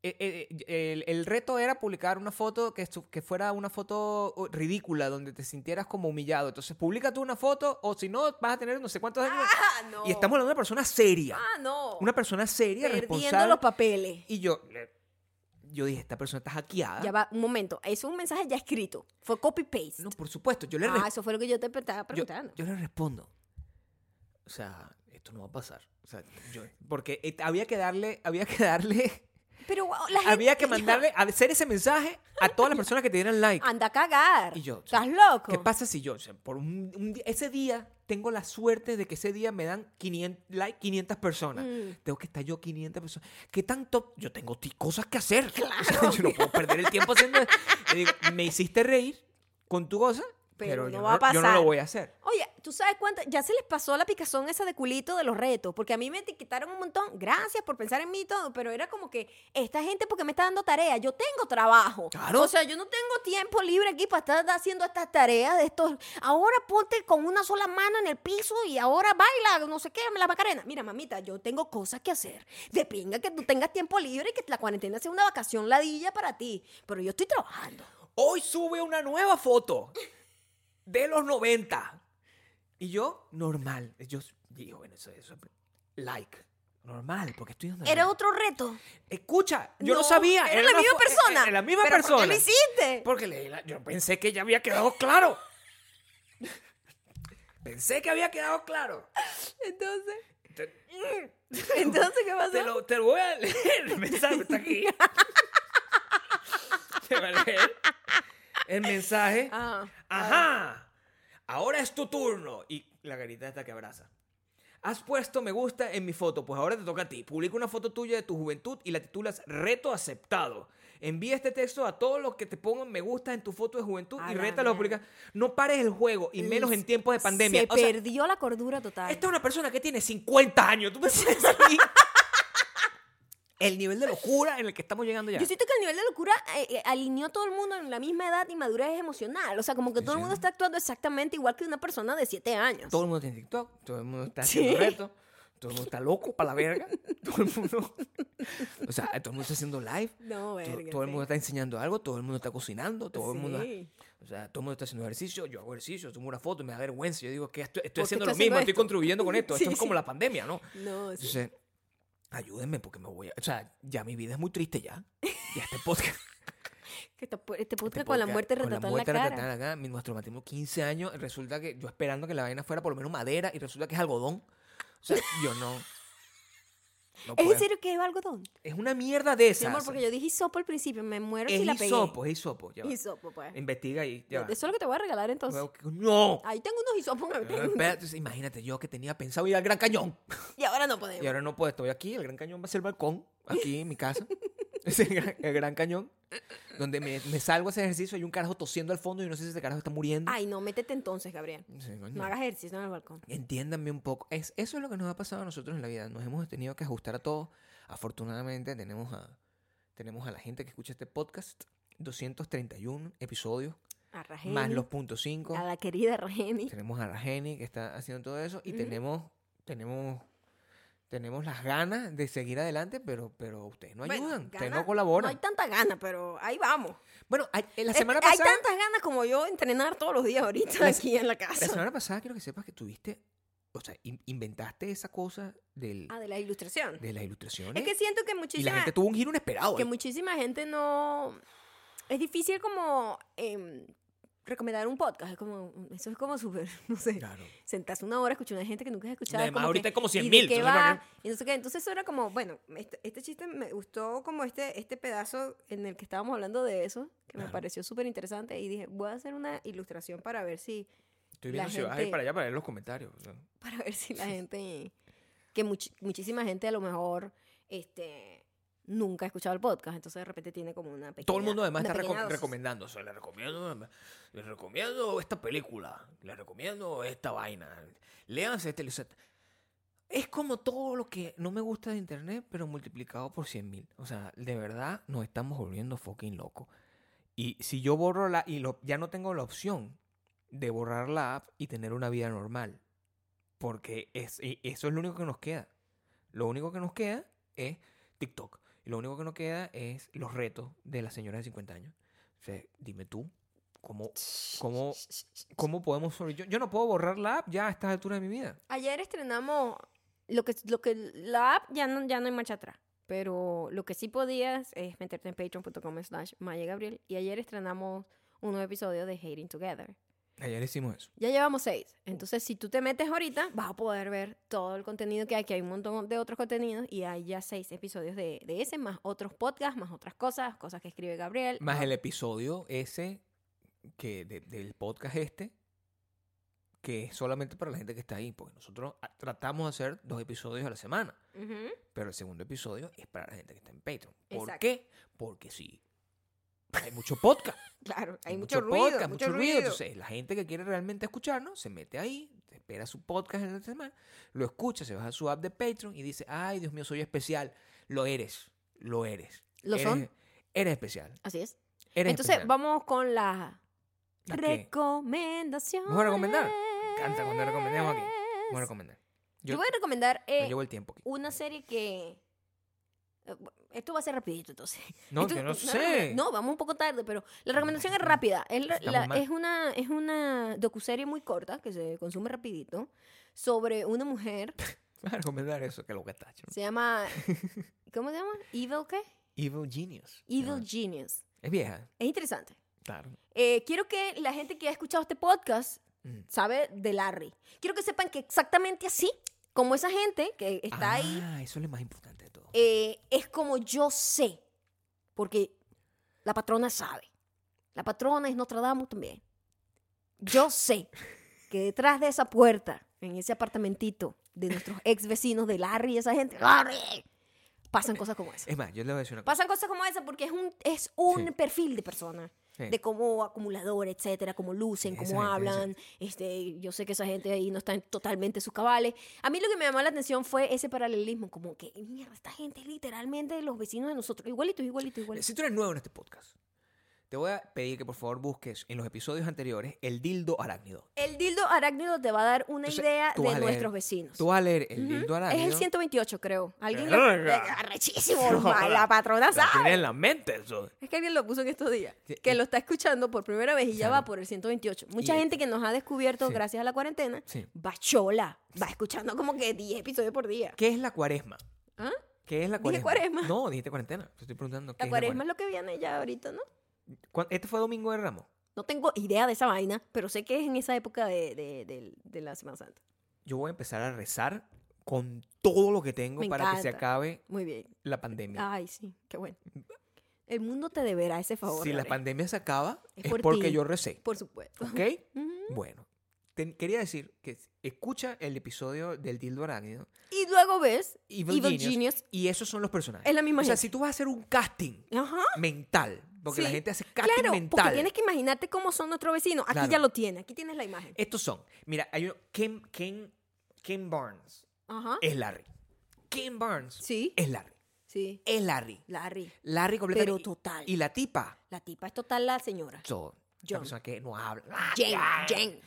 Speaker 2: eh, eh, eh, El, el reto era publicar una foto que, estu- que fuera una foto oh, ridícula, donde te sintieras como humillado. Entonces, publica tú una foto o si no, vas a tener no sé cuántos años.
Speaker 1: Ah, no.
Speaker 2: Y estamos hablando de una persona seria.
Speaker 1: Ah, no.
Speaker 2: Una persona seria,
Speaker 1: Perdiendo
Speaker 2: responsable.
Speaker 1: los papeles.
Speaker 2: Y yo, le- yo dije, esta persona está hackeada.
Speaker 1: Ya va, un momento. Eso es un mensaje ya escrito. Fue copy-paste.
Speaker 2: No, por supuesto, yo le,
Speaker 1: ah,
Speaker 2: res-
Speaker 1: eso fue lo que yo te pe- estaba
Speaker 2: yo,
Speaker 1: preguntando.
Speaker 2: yo le respondo. O sea, esto no va a pasar. O sea, yo- porque eh, había que darle, había que darle,
Speaker 1: [laughs] Pero guau, la gente...
Speaker 2: había que mandarle, a hacer ese mensaje a todas las personas que te dieran like.
Speaker 1: Anda a cagar.
Speaker 2: Y yo, o sea,
Speaker 1: ¿Estás loco?
Speaker 2: ¿Qué pasa si yo, o sea, por un, un día- ese día, tengo la suerte de que ese día me dan 500, like 500 personas?
Speaker 1: Mm.
Speaker 2: Tengo que estar yo 500 personas. ¿Qué tanto? Yo tengo ti- cosas que hacer. O sea, yo no puedo perder el
Speaker 1: [laughs]
Speaker 2: tiempo haciendo. Le digo, me hiciste reír con tu cosa, pero,
Speaker 1: Pero no
Speaker 2: yo,
Speaker 1: va a
Speaker 2: no, yo no
Speaker 1: pasar.
Speaker 2: lo voy a hacer.
Speaker 1: Oye, ¿tú sabes cuánto? Ya se les pasó la picazón esa de culito de los retos, porque a mí me etiquetaron un montón. Gracias por pensar en mí y todo, pero era como que esta gente porque me está dando tarea, yo tengo trabajo.
Speaker 2: Claro.
Speaker 1: O sea, yo no tengo tiempo libre aquí para estar haciendo estas tareas de estos. Ahora ponte con una sola mano en el piso y ahora baila, no sé qué, la macarena. Mira, mamita, yo tengo cosas que hacer. De pinga que tú tengas tiempo libre y que la cuarentena sea una vacación ladilla para ti, pero yo estoy trabajando.
Speaker 2: Hoy sube una nueva foto de los 90. Y yo, normal. Yo digo, bueno, eso es like. Normal, porque estoy dando
Speaker 1: Era
Speaker 2: like.
Speaker 1: otro reto.
Speaker 2: Escucha, yo no,
Speaker 1: No,
Speaker 2: sabía.
Speaker 1: Era, la
Speaker 2: una
Speaker 1: misma
Speaker 2: fo- eh,
Speaker 1: persona.
Speaker 2: eh, la misma
Speaker 1: ¿Pero
Speaker 2: persona.
Speaker 1: ¿Por qué lo hiciste?
Speaker 2: Porque leí la- yo pensé que ya había quedado claro. pensé que había quedado claro.
Speaker 1: Entonces,
Speaker 2: Te,
Speaker 1: entonces ¿qué
Speaker 2: te
Speaker 1: pasó?
Speaker 2: lo, te lo voy a leer. [laughs] El mensaje
Speaker 1: [laughs]
Speaker 2: está aquí. te voy a leer. El mensaje.
Speaker 1: Ah,
Speaker 2: Ajá. Ahora es tu turno. Y la carita está que abraza. Has puesto me gusta en mi foto, pues ahora te toca a ti. Publica una foto tuya de tu juventud y la titulas Reto aceptado. Envía este texto a todos los que te pongan me gusta en tu foto de juventud
Speaker 1: A
Speaker 2: y
Speaker 1: la
Speaker 2: rétalos a
Speaker 1: mierda.
Speaker 2: publicar. No pares el juego y menos en tiempos de pandemia.
Speaker 1: Se
Speaker 2: O sea,
Speaker 1: perdió la cordura total.
Speaker 2: esta es una persona que tiene 50 años. ¿Tú
Speaker 1: [laughs]
Speaker 2: me puedes decir el nivel de locura en el que estamos llegando ya?
Speaker 1: Yo siento que el nivel de locura eh, eh, alineó a todo el mundo en la misma edad y madurez emocional. O sea, como que todo el mundo está actuando exactamente igual que una persona de 7 años.
Speaker 2: Todo el mundo tiene TikTok, todo el mundo está haciendo
Speaker 1: Pues Sí.
Speaker 2: retos, todo el mundo está loco
Speaker 1: [laughs]
Speaker 2: para la verga, todo el mundo. O sea, todo el mundo está haciendo live,
Speaker 1: No,
Speaker 2: to-
Speaker 1: verga,
Speaker 2: todo el
Speaker 1: sí.
Speaker 2: mundo está enseñando algo, todo el mundo está cocinando, todo el mundo.
Speaker 1: Sí.
Speaker 2: O sea, todo el mundo está haciendo ejercicio, yo hago ejercicio, tomo una foto, me da vergüenza, yo digo que estoy, estoy
Speaker 1: qué
Speaker 2: haciendo
Speaker 1: estoy
Speaker 2: lo
Speaker 1: haciendo
Speaker 2: mismo, estoy
Speaker 1: esto?
Speaker 2: contribuyendo con
Speaker 1: [laughs]
Speaker 2: esto,
Speaker 1: Sí,
Speaker 2: esto es como
Speaker 1: sí.
Speaker 2: la pandemia, ¿no?
Speaker 1: No, sí.
Speaker 2: Entonces, ayúdenme porque me voy a. O sea, ya mi vida es muy triste ya. Ya este podcast.
Speaker 1: Que te, pu- te
Speaker 2: este
Speaker 1: puse con la
Speaker 2: podcast,
Speaker 1: muerte
Speaker 2: con
Speaker 1: retratada en la
Speaker 2: muerte
Speaker 1: cara.
Speaker 2: retratada en la cara, mi- Nuestro matrimonio 15 años, resulta que yo esperando que la vaina fuera por lo menos madera y resulta que es algodón.
Speaker 1: [laughs]
Speaker 2: O sea, yo no. no
Speaker 1: ¿Es
Speaker 2: puedo.
Speaker 1: en serio que es algodón?
Speaker 2: Es una mierda de
Speaker 1: Mi
Speaker 2: esas.
Speaker 1: amor, porque yo dije hisopo al principio, me muero
Speaker 2: es
Speaker 1: si la pegué.
Speaker 2: hisopo, es hisopo. ya va.
Speaker 1: Hisopo, pues.
Speaker 2: Investiga ahí. ya va.
Speaker 1: Eso es lo que te voy a regalar entonces.
Speaker 2: No.
Speaker 1: Ahí tengo unos hisopos [laughs] que me Ah, tengo.
Speaker 2: Espérate, imagínate yo que tenía pensado ir al Gran Cañón.
Speaker 1: Y ahora no podemos.
Speaker 2: Y ahora no puedo, estoy aquí, el Gran Cañón va a ser el balcón, aquí en
Speaker 1: [laughs]
Speaker 2: mi casa. [laughs] Es el gran, el Gran Cañón, donde me, me salgo a hacer ejercicio, hay un carajo tosiendo al fondo y no sé si ese carajo está muriendo.
Speaker 1: Ay, no, métete entonces, Gabriel.
Speaker 2: Sí, coño.
Speaker 1: No hagas ejercicio en el balcón.
Speaker 2: Entiéndanme un poco. Es, eso es lo que nos ha pasado a nosotros en la vida. Nos hemos tenido que ajustar a todo. Afortunadamente tenemos a, tenemos a la gente que escucha este podcast. 231 episodios,
Speaker 1: A Rajeni.
Speaker 2: más los
Speaker 1: A
Speaker 2: 0.5.
Speaker 1: la querida Rajeni.
Speaker 2: Tenemos a Rajeni que está haciendo todo eso. Y tenemos, tenemos, tenemos las ganas de seguir adelante, pero, pero ustedes no
Speaker 1: Bueno,
Speaker 2: ayudan, ustedes
Speaker 1: gana-
Speaker 2: no colaboran.
Speaker 1: No hay tanta gana, pero ahí vamos.
Speaker 2: Bueno, a- en la
Speaker 1: Es que
Speaker 2: semana
Speaker 1: hay
Speaker 2: pasada...
Speaker 1: tantas ganas como yo entrenar todos los días ahorita
Speaker 2: La-
Speaker 1: aquí en la
Speaker 2: La
Speaker 1: casa.
Speaker 2: semana pasada quiero que sepas que tuviste, o sea, in- inventaste esa cosa del,
Speaker 1: Ah, de la ilustración.
Speaker 2: de las ilustraciones.
Speaker 1: Es que siento que
Speaker 2: Y la
Speaker 1: muchísima,
Speaker 2: gente tuvo un giro inesperado.
Speaker 1: que
Speaker 2: ¿eh?
Speaker 1: muchísima gente no... Es difícil como em, recomendar un podcast. Es como, eso es como súper, [laughs] no sé.
Speaker 2: Claro.
Speaker 1: sentarse una hora escuchando a gente que nunca has escuchado.
Speaker 2: Además, ahorita hay como
Speaker 1: ¿y de
Speaker 2: 100.000,
Speaker 1: qué
Speaker 2: entonces,
Speaker 1: va?
Speaker 2: ¿para
Speaker 1: Y no sé qué. Entonces, eso era como, bueno, este, este chiste me gustó como este, este pedazo en el que estábamos hablando de eso, que me
Speaker 2: Claro.
Speaker 1: pareció súper interesante. Y dije, voy a hacer una ilustración para ver si, [laughs]
Speaker 2: Estoy
Speaker 1: la
Speaker 2: viendo si vas a ir
Speaker 1: gente-
Speaker 2: para allá para leer los comentarios. o sea.
Speaker 1: para ver si la gente, que much- muchísima gente a lo mejor, este nunca ha escuchado el podcast, entonces de repente tiene como una pequeña
Speaker 2: Todo el mundo además
Speaker 1: una
Speaker 2: está reco-
Speaker 1: pequeña dosis.
Speaker 2: recomendando. O sea, les recomiendo, les recomiendo esta película. Les recomiendo esta vaina. Léanse este. o sea, es como todo lo que no me gusta de internet, pero multiplicado por 100.000 mil. O sea, de verdad nos estamos volviendo fucking locos. Y si yo borro la. y lo- ya no tengo la opción de borrar la app y tener una vida normal. Porque es, e- eso es lo único que nos queda. Lo único que nos queda es TikTok. Y lo único que nos queda es los retos de la señora de 50 años. O sea, dime tú, ¿cómo, cómo, cómo podemos sobre- Yo, yo no puedo borrar la app ya a esta altura de mi vida.
Speaker 1: Ayer estrenamos lo que, lo que la app ya no, ya no hay marcha atrás. Pero lo que sí podías es meterte en patreon.com slash Maya Gabriel. Y ayer estrenamos un nuevo episodio de Hating Together.
Speaker 2: Ayer hicimos eso.
Speaker 1: Ya llevamos seis. Entonces, si tú te metes ahorita, vas a poder ver todo el contenido que hay, que hay un montón de otros contenidos y hay ya seis episodios de, de ese, más otros podcasts, más otras cosas, cosas que escribe Gabriel.
Speaker 2: Más el episodio ese que de- del podcast este, que es solamente para la gente que está ahí, porque nosotros a- tratamos de hacer dos episodios a la semana,
Speaker 1: Ujú.
Speaker 2: pero el segundo episodio es para la gente que está en Patreon. ¿Por
Speaker 1: Exacto.
Speaker 2: qué? Porque sí. Hay mucho podcast.
Speaker 1: Claro, [laughs] hay mucho, ruido,
Speaker 2: podcast,
Speaker 1: mucho ruido.
Speaker 2: Entonces, la gente que quiere realmente escucharnos se mete ahí, espera su podcast en la semana, lo escucha, se baja su app de Patreon y dice, ay, Dios mío, soy especial. Lo eres, lo eres.
Speaker 1: Lo
Speaker 2: Eres-
Speaker 1: son.
Speaker 2: Eres especial.
Speaker 1: Así es.
Speaker 2: Eres
Speaker 1: Entonces,
Speaker 2: especial.
Speaker 1: vamos con la
Speaker 2: ¿La qué?
Speaker 1: recomendación.
Speaker 2: Vamos a recomendar. Me encanta cuando recomendamos aquí. Voy a recomendar.
Speaker 1: Yo,
Speaker 2: Yo,
Speaker 1: voy a recomendar eh,
Speaker 2: no llevo el tiempo aquí.
Speaker 1: una serie que... eh, Esto va a ser rapidito, entonces.
Speaker 2: No,
Speaker 1: Esto-
Speaker 2: yo no
Speaker 1: una
Speaker 2: sé. [laughs]
Speaker 1: recome- No, vamos un poco tarde, pero la recomendación es
Speaker 2: estamos-
Speaker 1: rápida. Es, la-
Speaker 2: estamos
Speaker 1: la-
Speaker 2: mal.
Speaker 1: es una, es una docuserie muy corta que se consume rapidito sobre una mujer.
Speaker 2: Voy a recomendar eso, que lo que está.
Speaker 1: Se
Speaker 2: [laughs]
Speaker 1: llama... ¿Cómo se llama? Evil, ¿qué?
Speaker 2: Evil Genius.
Speaker 1: Evil
Speaker 2: Ah,
Speaker 1: Genius.
Speaker 2: Es vieja.
Speaker 1: Es interesante.
Speaker 2: Claro.
Speaker 1: Eh, quiero que la gente que ha escuchado este podcast
Speaker 2: Mm.
Speaker 1: sabe de Larry. Quiero que sepan que exactamente así, como esa gente que está ahí,
Speaker 2: Ah, eso es lo más importante de todo.
Speaker 1: eh, es como yo sé. Porque la patrona sabe. La patrona es Nostradamus también. Yo sé que detrás de esa puerta, en ese apartamentito de nuestros ex vecinos de Larry y esa gente, ¡Larry! pasan cosas como esas.
Speaker 2: Es más, yo le voy a decir una cosa.
Speaker 1: Pasan cosas como esas porque es un, es un
Speaker 2: Sí.
Speaker 1: perfil de persona.
Speaker 2: Sí.
Speaker 1: De cómo acumulador, etcétera, cómo lucen,
Speaker 2: Esa
Speaker 1: cómo
Speaker 2: gente, esa-
Speaker 1: hablan. Este, yo sé que esa gente ahí no está en totalmente sus cabales. A mí lo que me llamó la atención fue ese paralelismo, como que, mierda, esta gente es literalmente los vecinos de nosotros. Igualitos, igualitos, igualitos.
Speaker 2: Si tú eres nuevo en este podcast, te voy a pedir que por favor busques en los episodios anteriores el dildo arácnido.
Speaker 1: El dildo arácnido te va a dar una
Speaker 2: Entonces,
Speaker 1: idea
Speaker 2: tú
Speaker 1: de
Speaker 2: vas a leer-
Speaker 1: nuestros vecinos.
Speaker 2: Tú vas a leer el
Speaker 1: Ujú.
Speaker 2: dildo
Speaker 1: Es
Speaker 2: arácnido.
Speaker 1: el 128, creo. Alguien lo...
Speaker 2: Verga. [laughs]
Speaker 1: Arrechísimo, la la patrona
Speaker 2: La
Speaker 1: sabe.
Speaker 2: tienes en la mente eso.
Speaker 1: Es que alguien lo puso en estos días.
Speaker 2: Sí,
Speaker 1: Que
Speaker 2: y-
Speaker 1: lo está escuchando por primera vez y ya
Speaker 2: Claro.
Speaker 1: va por el 128. Mucha
Speaker 2: Y-
Speaker 1: gente que nos ha descubierto
Speaker 2: sí.
Speaker 1: gracias a la cuarentena
Speaker 2: Sí.
Speaker 1: va chola. Va escuchando como que 10 episodios por día.
Speaker 2: ¿Qué es la cuaresma?
Speaker 1: ¿Ah?
Speaker 2: ¿Qué es la cuaresma?
Speaker 1: Dije cuaresma.
Speaker 2: No, dijiste cuarentena. Te estoy preguntando. ¿qué
Speaker 1: La
Speaker 2: es
Speaker 1: cuaresma es lo que viene ya ahorita, ¿no?
Speaker 2: ¿Cuán- ¿Este fue Domingo de Ramos?
Speaker 1: No tengo idea de esa vaina, pero sé que es en esa época de, de- de- de la Semana Santa.
Speaker 2: Yo voy a empezar a rezar con todo lo que tengo
Speaker 1: Me
Speaker 2: para que se
Speaker 1: encanta. Ah,
Speaker 2: acabe
Speaker 1: Muy bien.
Speaker 2: la pandemia.
Speaker 1: Ay, sí, qué bueno. El mundo te deberá ese favor.
Speaker 2: si la
Speaker 1: Gabriel.
Speaker 2: pandemia se acaba,
Speaker 1: Es
Speaker 2: es,
Speaker 1: por
Speaker 2: porque
Speaker 1: ti.
Speaker 2: yo recé.
Speaker 1: Por supuesto.
Speaker 2: ¿Ok?
Speaker 1: Ujú.
Speaker 2: bueno, te- quería decir que escucha el episodio del dildo arácnido
Speaker 1: Y luego ves
Speaker 2: Evil,
Speaker 1: Evil
Speaker 2: Genius,
Speaker 1: Genius.
Speaker 2: y esos son los personajes.
Speaker 1: Es la misma
Speaker 2: o sea,
Speaker 1: gente.
Speaker 2: si tú vas a hacer un casting
Speaker 1: Ajá.
Speaker 2: mental, porque la
Speaker 1: Sí,
Speaker 2: gente hace casting
Speaker 1: Claro, porque
Speaker 2: mental.
Speaker 1: tienes que imaginarte cómo son nuestros vecinos. Aquí
Speaker 2: Claro. Eh,
Speaker 1: ya lo tiene, aquí tienes la imagen.
Speaker 2: Estos son, mira, hay uno, Ken, Ken, Ken Barnes
Speaker 1: Ajá.
Speaker 2: es Larry. Ken Barnes
Speaker 1: Sí.
Speaker 2: es Larry.
Speaker 1: Sí.
Speaker 2: Es Larry.
Speaker 1: Larry.
Speaker 2: Larry completamente.
Speaker 1: Pero
Speaker 2: y-
Speaker 1: total.
Speaker 2: Y la tipa
Speaker 1: La tipa es total la señora.
Speaker 2: Todo.
Speaker 1: John.
Speaker 2: Una persona que no habla.
Speaker 1: Jen.
Speaker 2: Ah,
Speaker 1: Jen.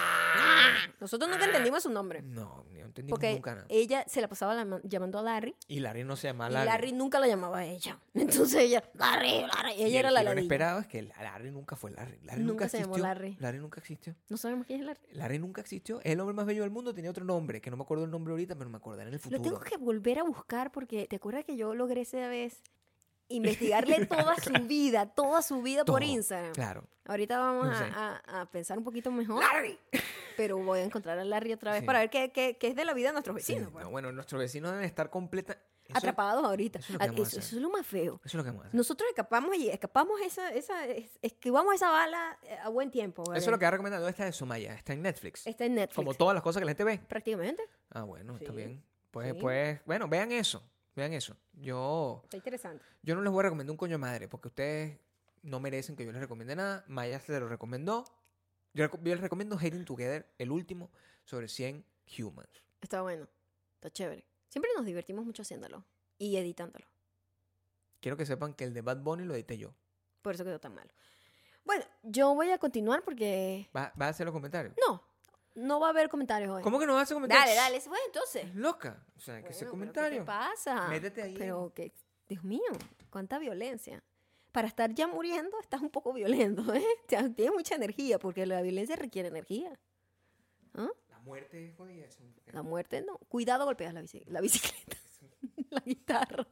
Speaker 2: ah.
Speaker 1: Nosotros nunca entendimos su nombre.
Speaker 2: No, no entendí
Speaker 1: Porque
Speaker 2: nunca nada.
Speaker 1: ella se la pasaba la- llamando a Larry.
Speaker 2: Y Larry no se llama
Speaker 1: Y
Speaker 2: Larry.
Speaker 1: Larry nunca la llamaba a ella. [laughs] Entonces ella, Larry, Larry. y
Speaker 2: Y
Speaker 1: Ella era
Speaker 2: el
Speaker 1: la
Speaker 2: giro
Speaker 1: Larry.
Speaker 2: inesperado es que Larry nunca fue Larry. Larry
Speaker 1: Nunca
Speaker 2: nunca,
Speaker 1: se llamó
Speaker 2: existió.
Speaker 1: Larry.
Speaker 2: nunca existió.
Speaker 1: No sabemos quién es Larry.
Speaker 2: Larry nunca existió. Es el hombre más bello del mundo. Tenía otro nombre, que no me acuerdo el nombre ahorita, pero me acordaré en el
Speaker 1: Lo
Speaker 2: futuro.
Speaker 1: tengo que volver a buscar porque te acuerdas que yo logré esa vez
Speaker 2: [laughs]
Speaker 1: investigarle toda su vida, toda su vida por
Speaker 2: Todo.
Speaker 1: Instagram.
Speaker 2: Claro.
Speaker 1: Ahorita vamos
Speaker 2: No
Speaker 1: a-
Speaker 2: sé.
Speaker 1: a, a pensar un poquito mejor,
Speaker 2: ¡Larry!
Speaker 1: pero voy a encontrar a Larry otra vez
Speaker 2: Sí.
Speaker 1: para ver qué, qué- qué es de la vida de nuestros
Speaker 2: Sí,
Speaker 1: vecinos.
Speaker 2: no,
Speaker 1: pues.
Speaker 2: bueno, nuestros vecinos deben estar completa... Eso-
Speaker 1: Atrapados ahorita.
Speaker 2: eso es lo
Speaker 1: Ah,
Speaker 2: que vamos a
Speaker 1: eso-
Speaker 2: hacer.
Speaker 1: eso es lo más feo.
Speaker 2: Eso es lo que vamos a hacer.
Speaker 1: Nosotros escapamos y escapamos esa, esa, es- esquivamos esa bala eh, a buen tiempo. ¿vale?
Speaker 2: Eso es lo que ha recomendado esta de Somaya. Está en Netflix.
Speaker 1: está en Netflix.
Speaker 2: Como todas las cosas que la gente ve.
Speaker 1: Prácticamente.
Speaker 2: Ah, bueno, está
Speaker 1: Sí,
Speaker 2: bien. Pues,
Speaker 1: sí.
Speaker 2: pues, bueno, vean eso. Vean eso. Yo,
Speaker 1: Está interesante.
Speaker 2: yo no les voy a recomendar un coño de madre porque ustedes no merecen que yo les recomiende nada. Maya se lo recomendó. Yo, reco- yo les recomiendo Hating Together, el último, sobre 100 humans.
Speaker 1: Está bueno. Está chévere. Siempre nos divertimos mucho haciéndolo y editándolo.
Speaker 2: Quiero que sepan que el de Bad Bunny lo edité yo.
Speaker 1: Por eso quedó tan malo. Bueno, yo voy a continuar porque.
Speaker 2: ¿Vas va a hacer los comentarios?
Speaker 1: No, no va a haber comentarios hoy.
Speaker 2: ¿Cómo que no vas a hacer
Speaker 1: Dale,
Speaker 2: comentarios?
Speaker 1: dale, bueno, entonces.
Speaker 2: Es Loca. O sea, que
Speaker 1: Bueno,
Speaker 2: ese
Speaker 1: pero ¿Qué
Speaker 2: comentario.
Speaker 1: te pasa?
Speaker 2: Métete ahí.
Speaker 1: Pero que, Dios mío, cuánta violencia. Para estar ya muriendo, estás un poco violento, [laughs] ¿eh? O sea, Tienes mucha energía, porque la violencia requiere energía. ¿Ah?
Speaker 2: La muerte es jodida. es un-
Speaker 1: La muerte no. Cuidado, golpeas la, bici- la bicicleta, [laughs] la guitarra.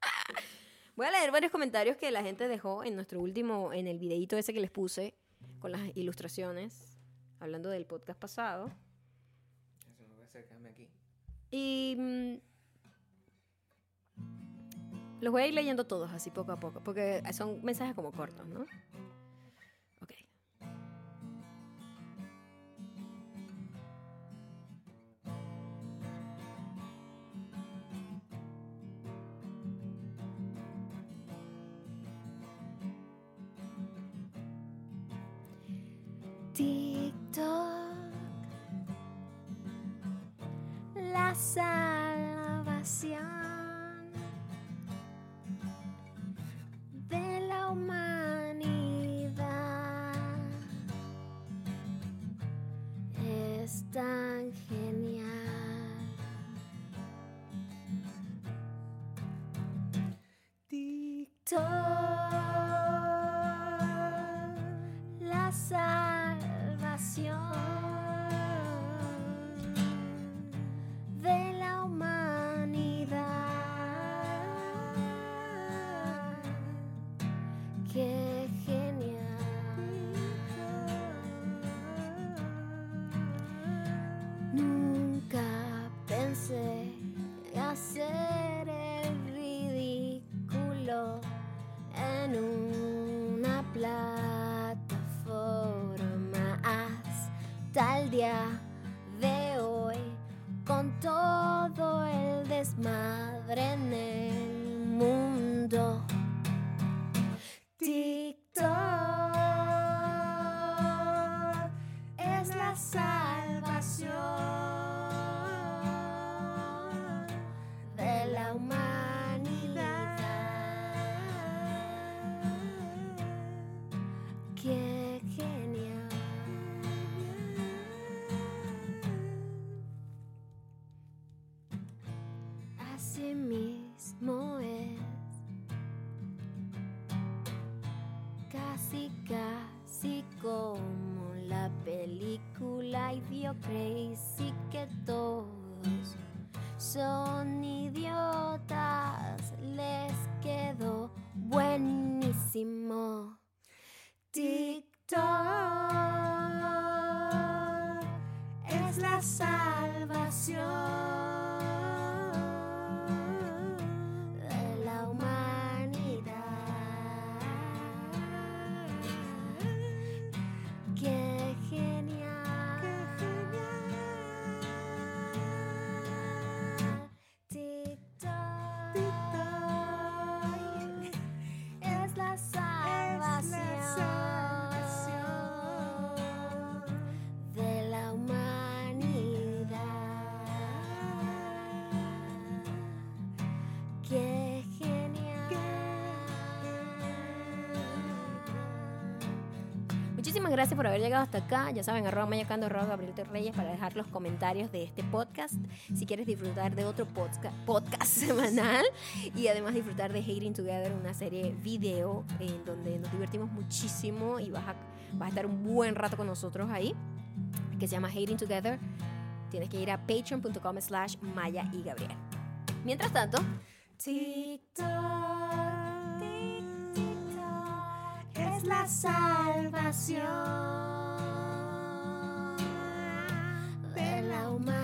Speaker 1: [laughs] Voy a leer varios comentarios que la gente dejó en nuestro último, en el videíto ese que les puse, con las ilustraciones, hablando del podcast pasado.
Speaker 2: Eso me voy a acercarme aquí.
Speaker 1: Y mm, los voy a ir leyendo todos así poco a poco, porque son mensajes como cortos, ¿no? Ok. TikTok la salvación de la humanidad es tan genial. TikTok, la salvación de la humanidad. Qué genial. Nunca pensé hacer el ridículo en una plataforma hasta el día de hoy con todo el desmadre en el mundo. TikTok es la salvación de la humanidad. Qué genial. Así mismo es. Casi, casi como la película Idiot Crazy que todos son idiotas. Les quedó buenísimo. TikTok es la salvación de la humanidad. Qué genial. TikTok. Es la salvación de la humanidad. Qué genial. Muchísimas gracias por haber llegado hasta acá. Ya saben, arroba mayacando, arroba Gabriel Torreyes para dejar los comentarios de este podcast. Si quieres disfrutar de otro podca- podcast [laughs] semanal, y además disfrutar de Hating Together, una serie video en donde nos divertimos muchísimo y vas a, vas a estar un buen rato con nosotros ahí, que se llama Hating Together. Tienes que ir a patreon.com slash Maya y Gabriel. Mientras tanto, TikTok, TikTok es la salvación de la humanidad.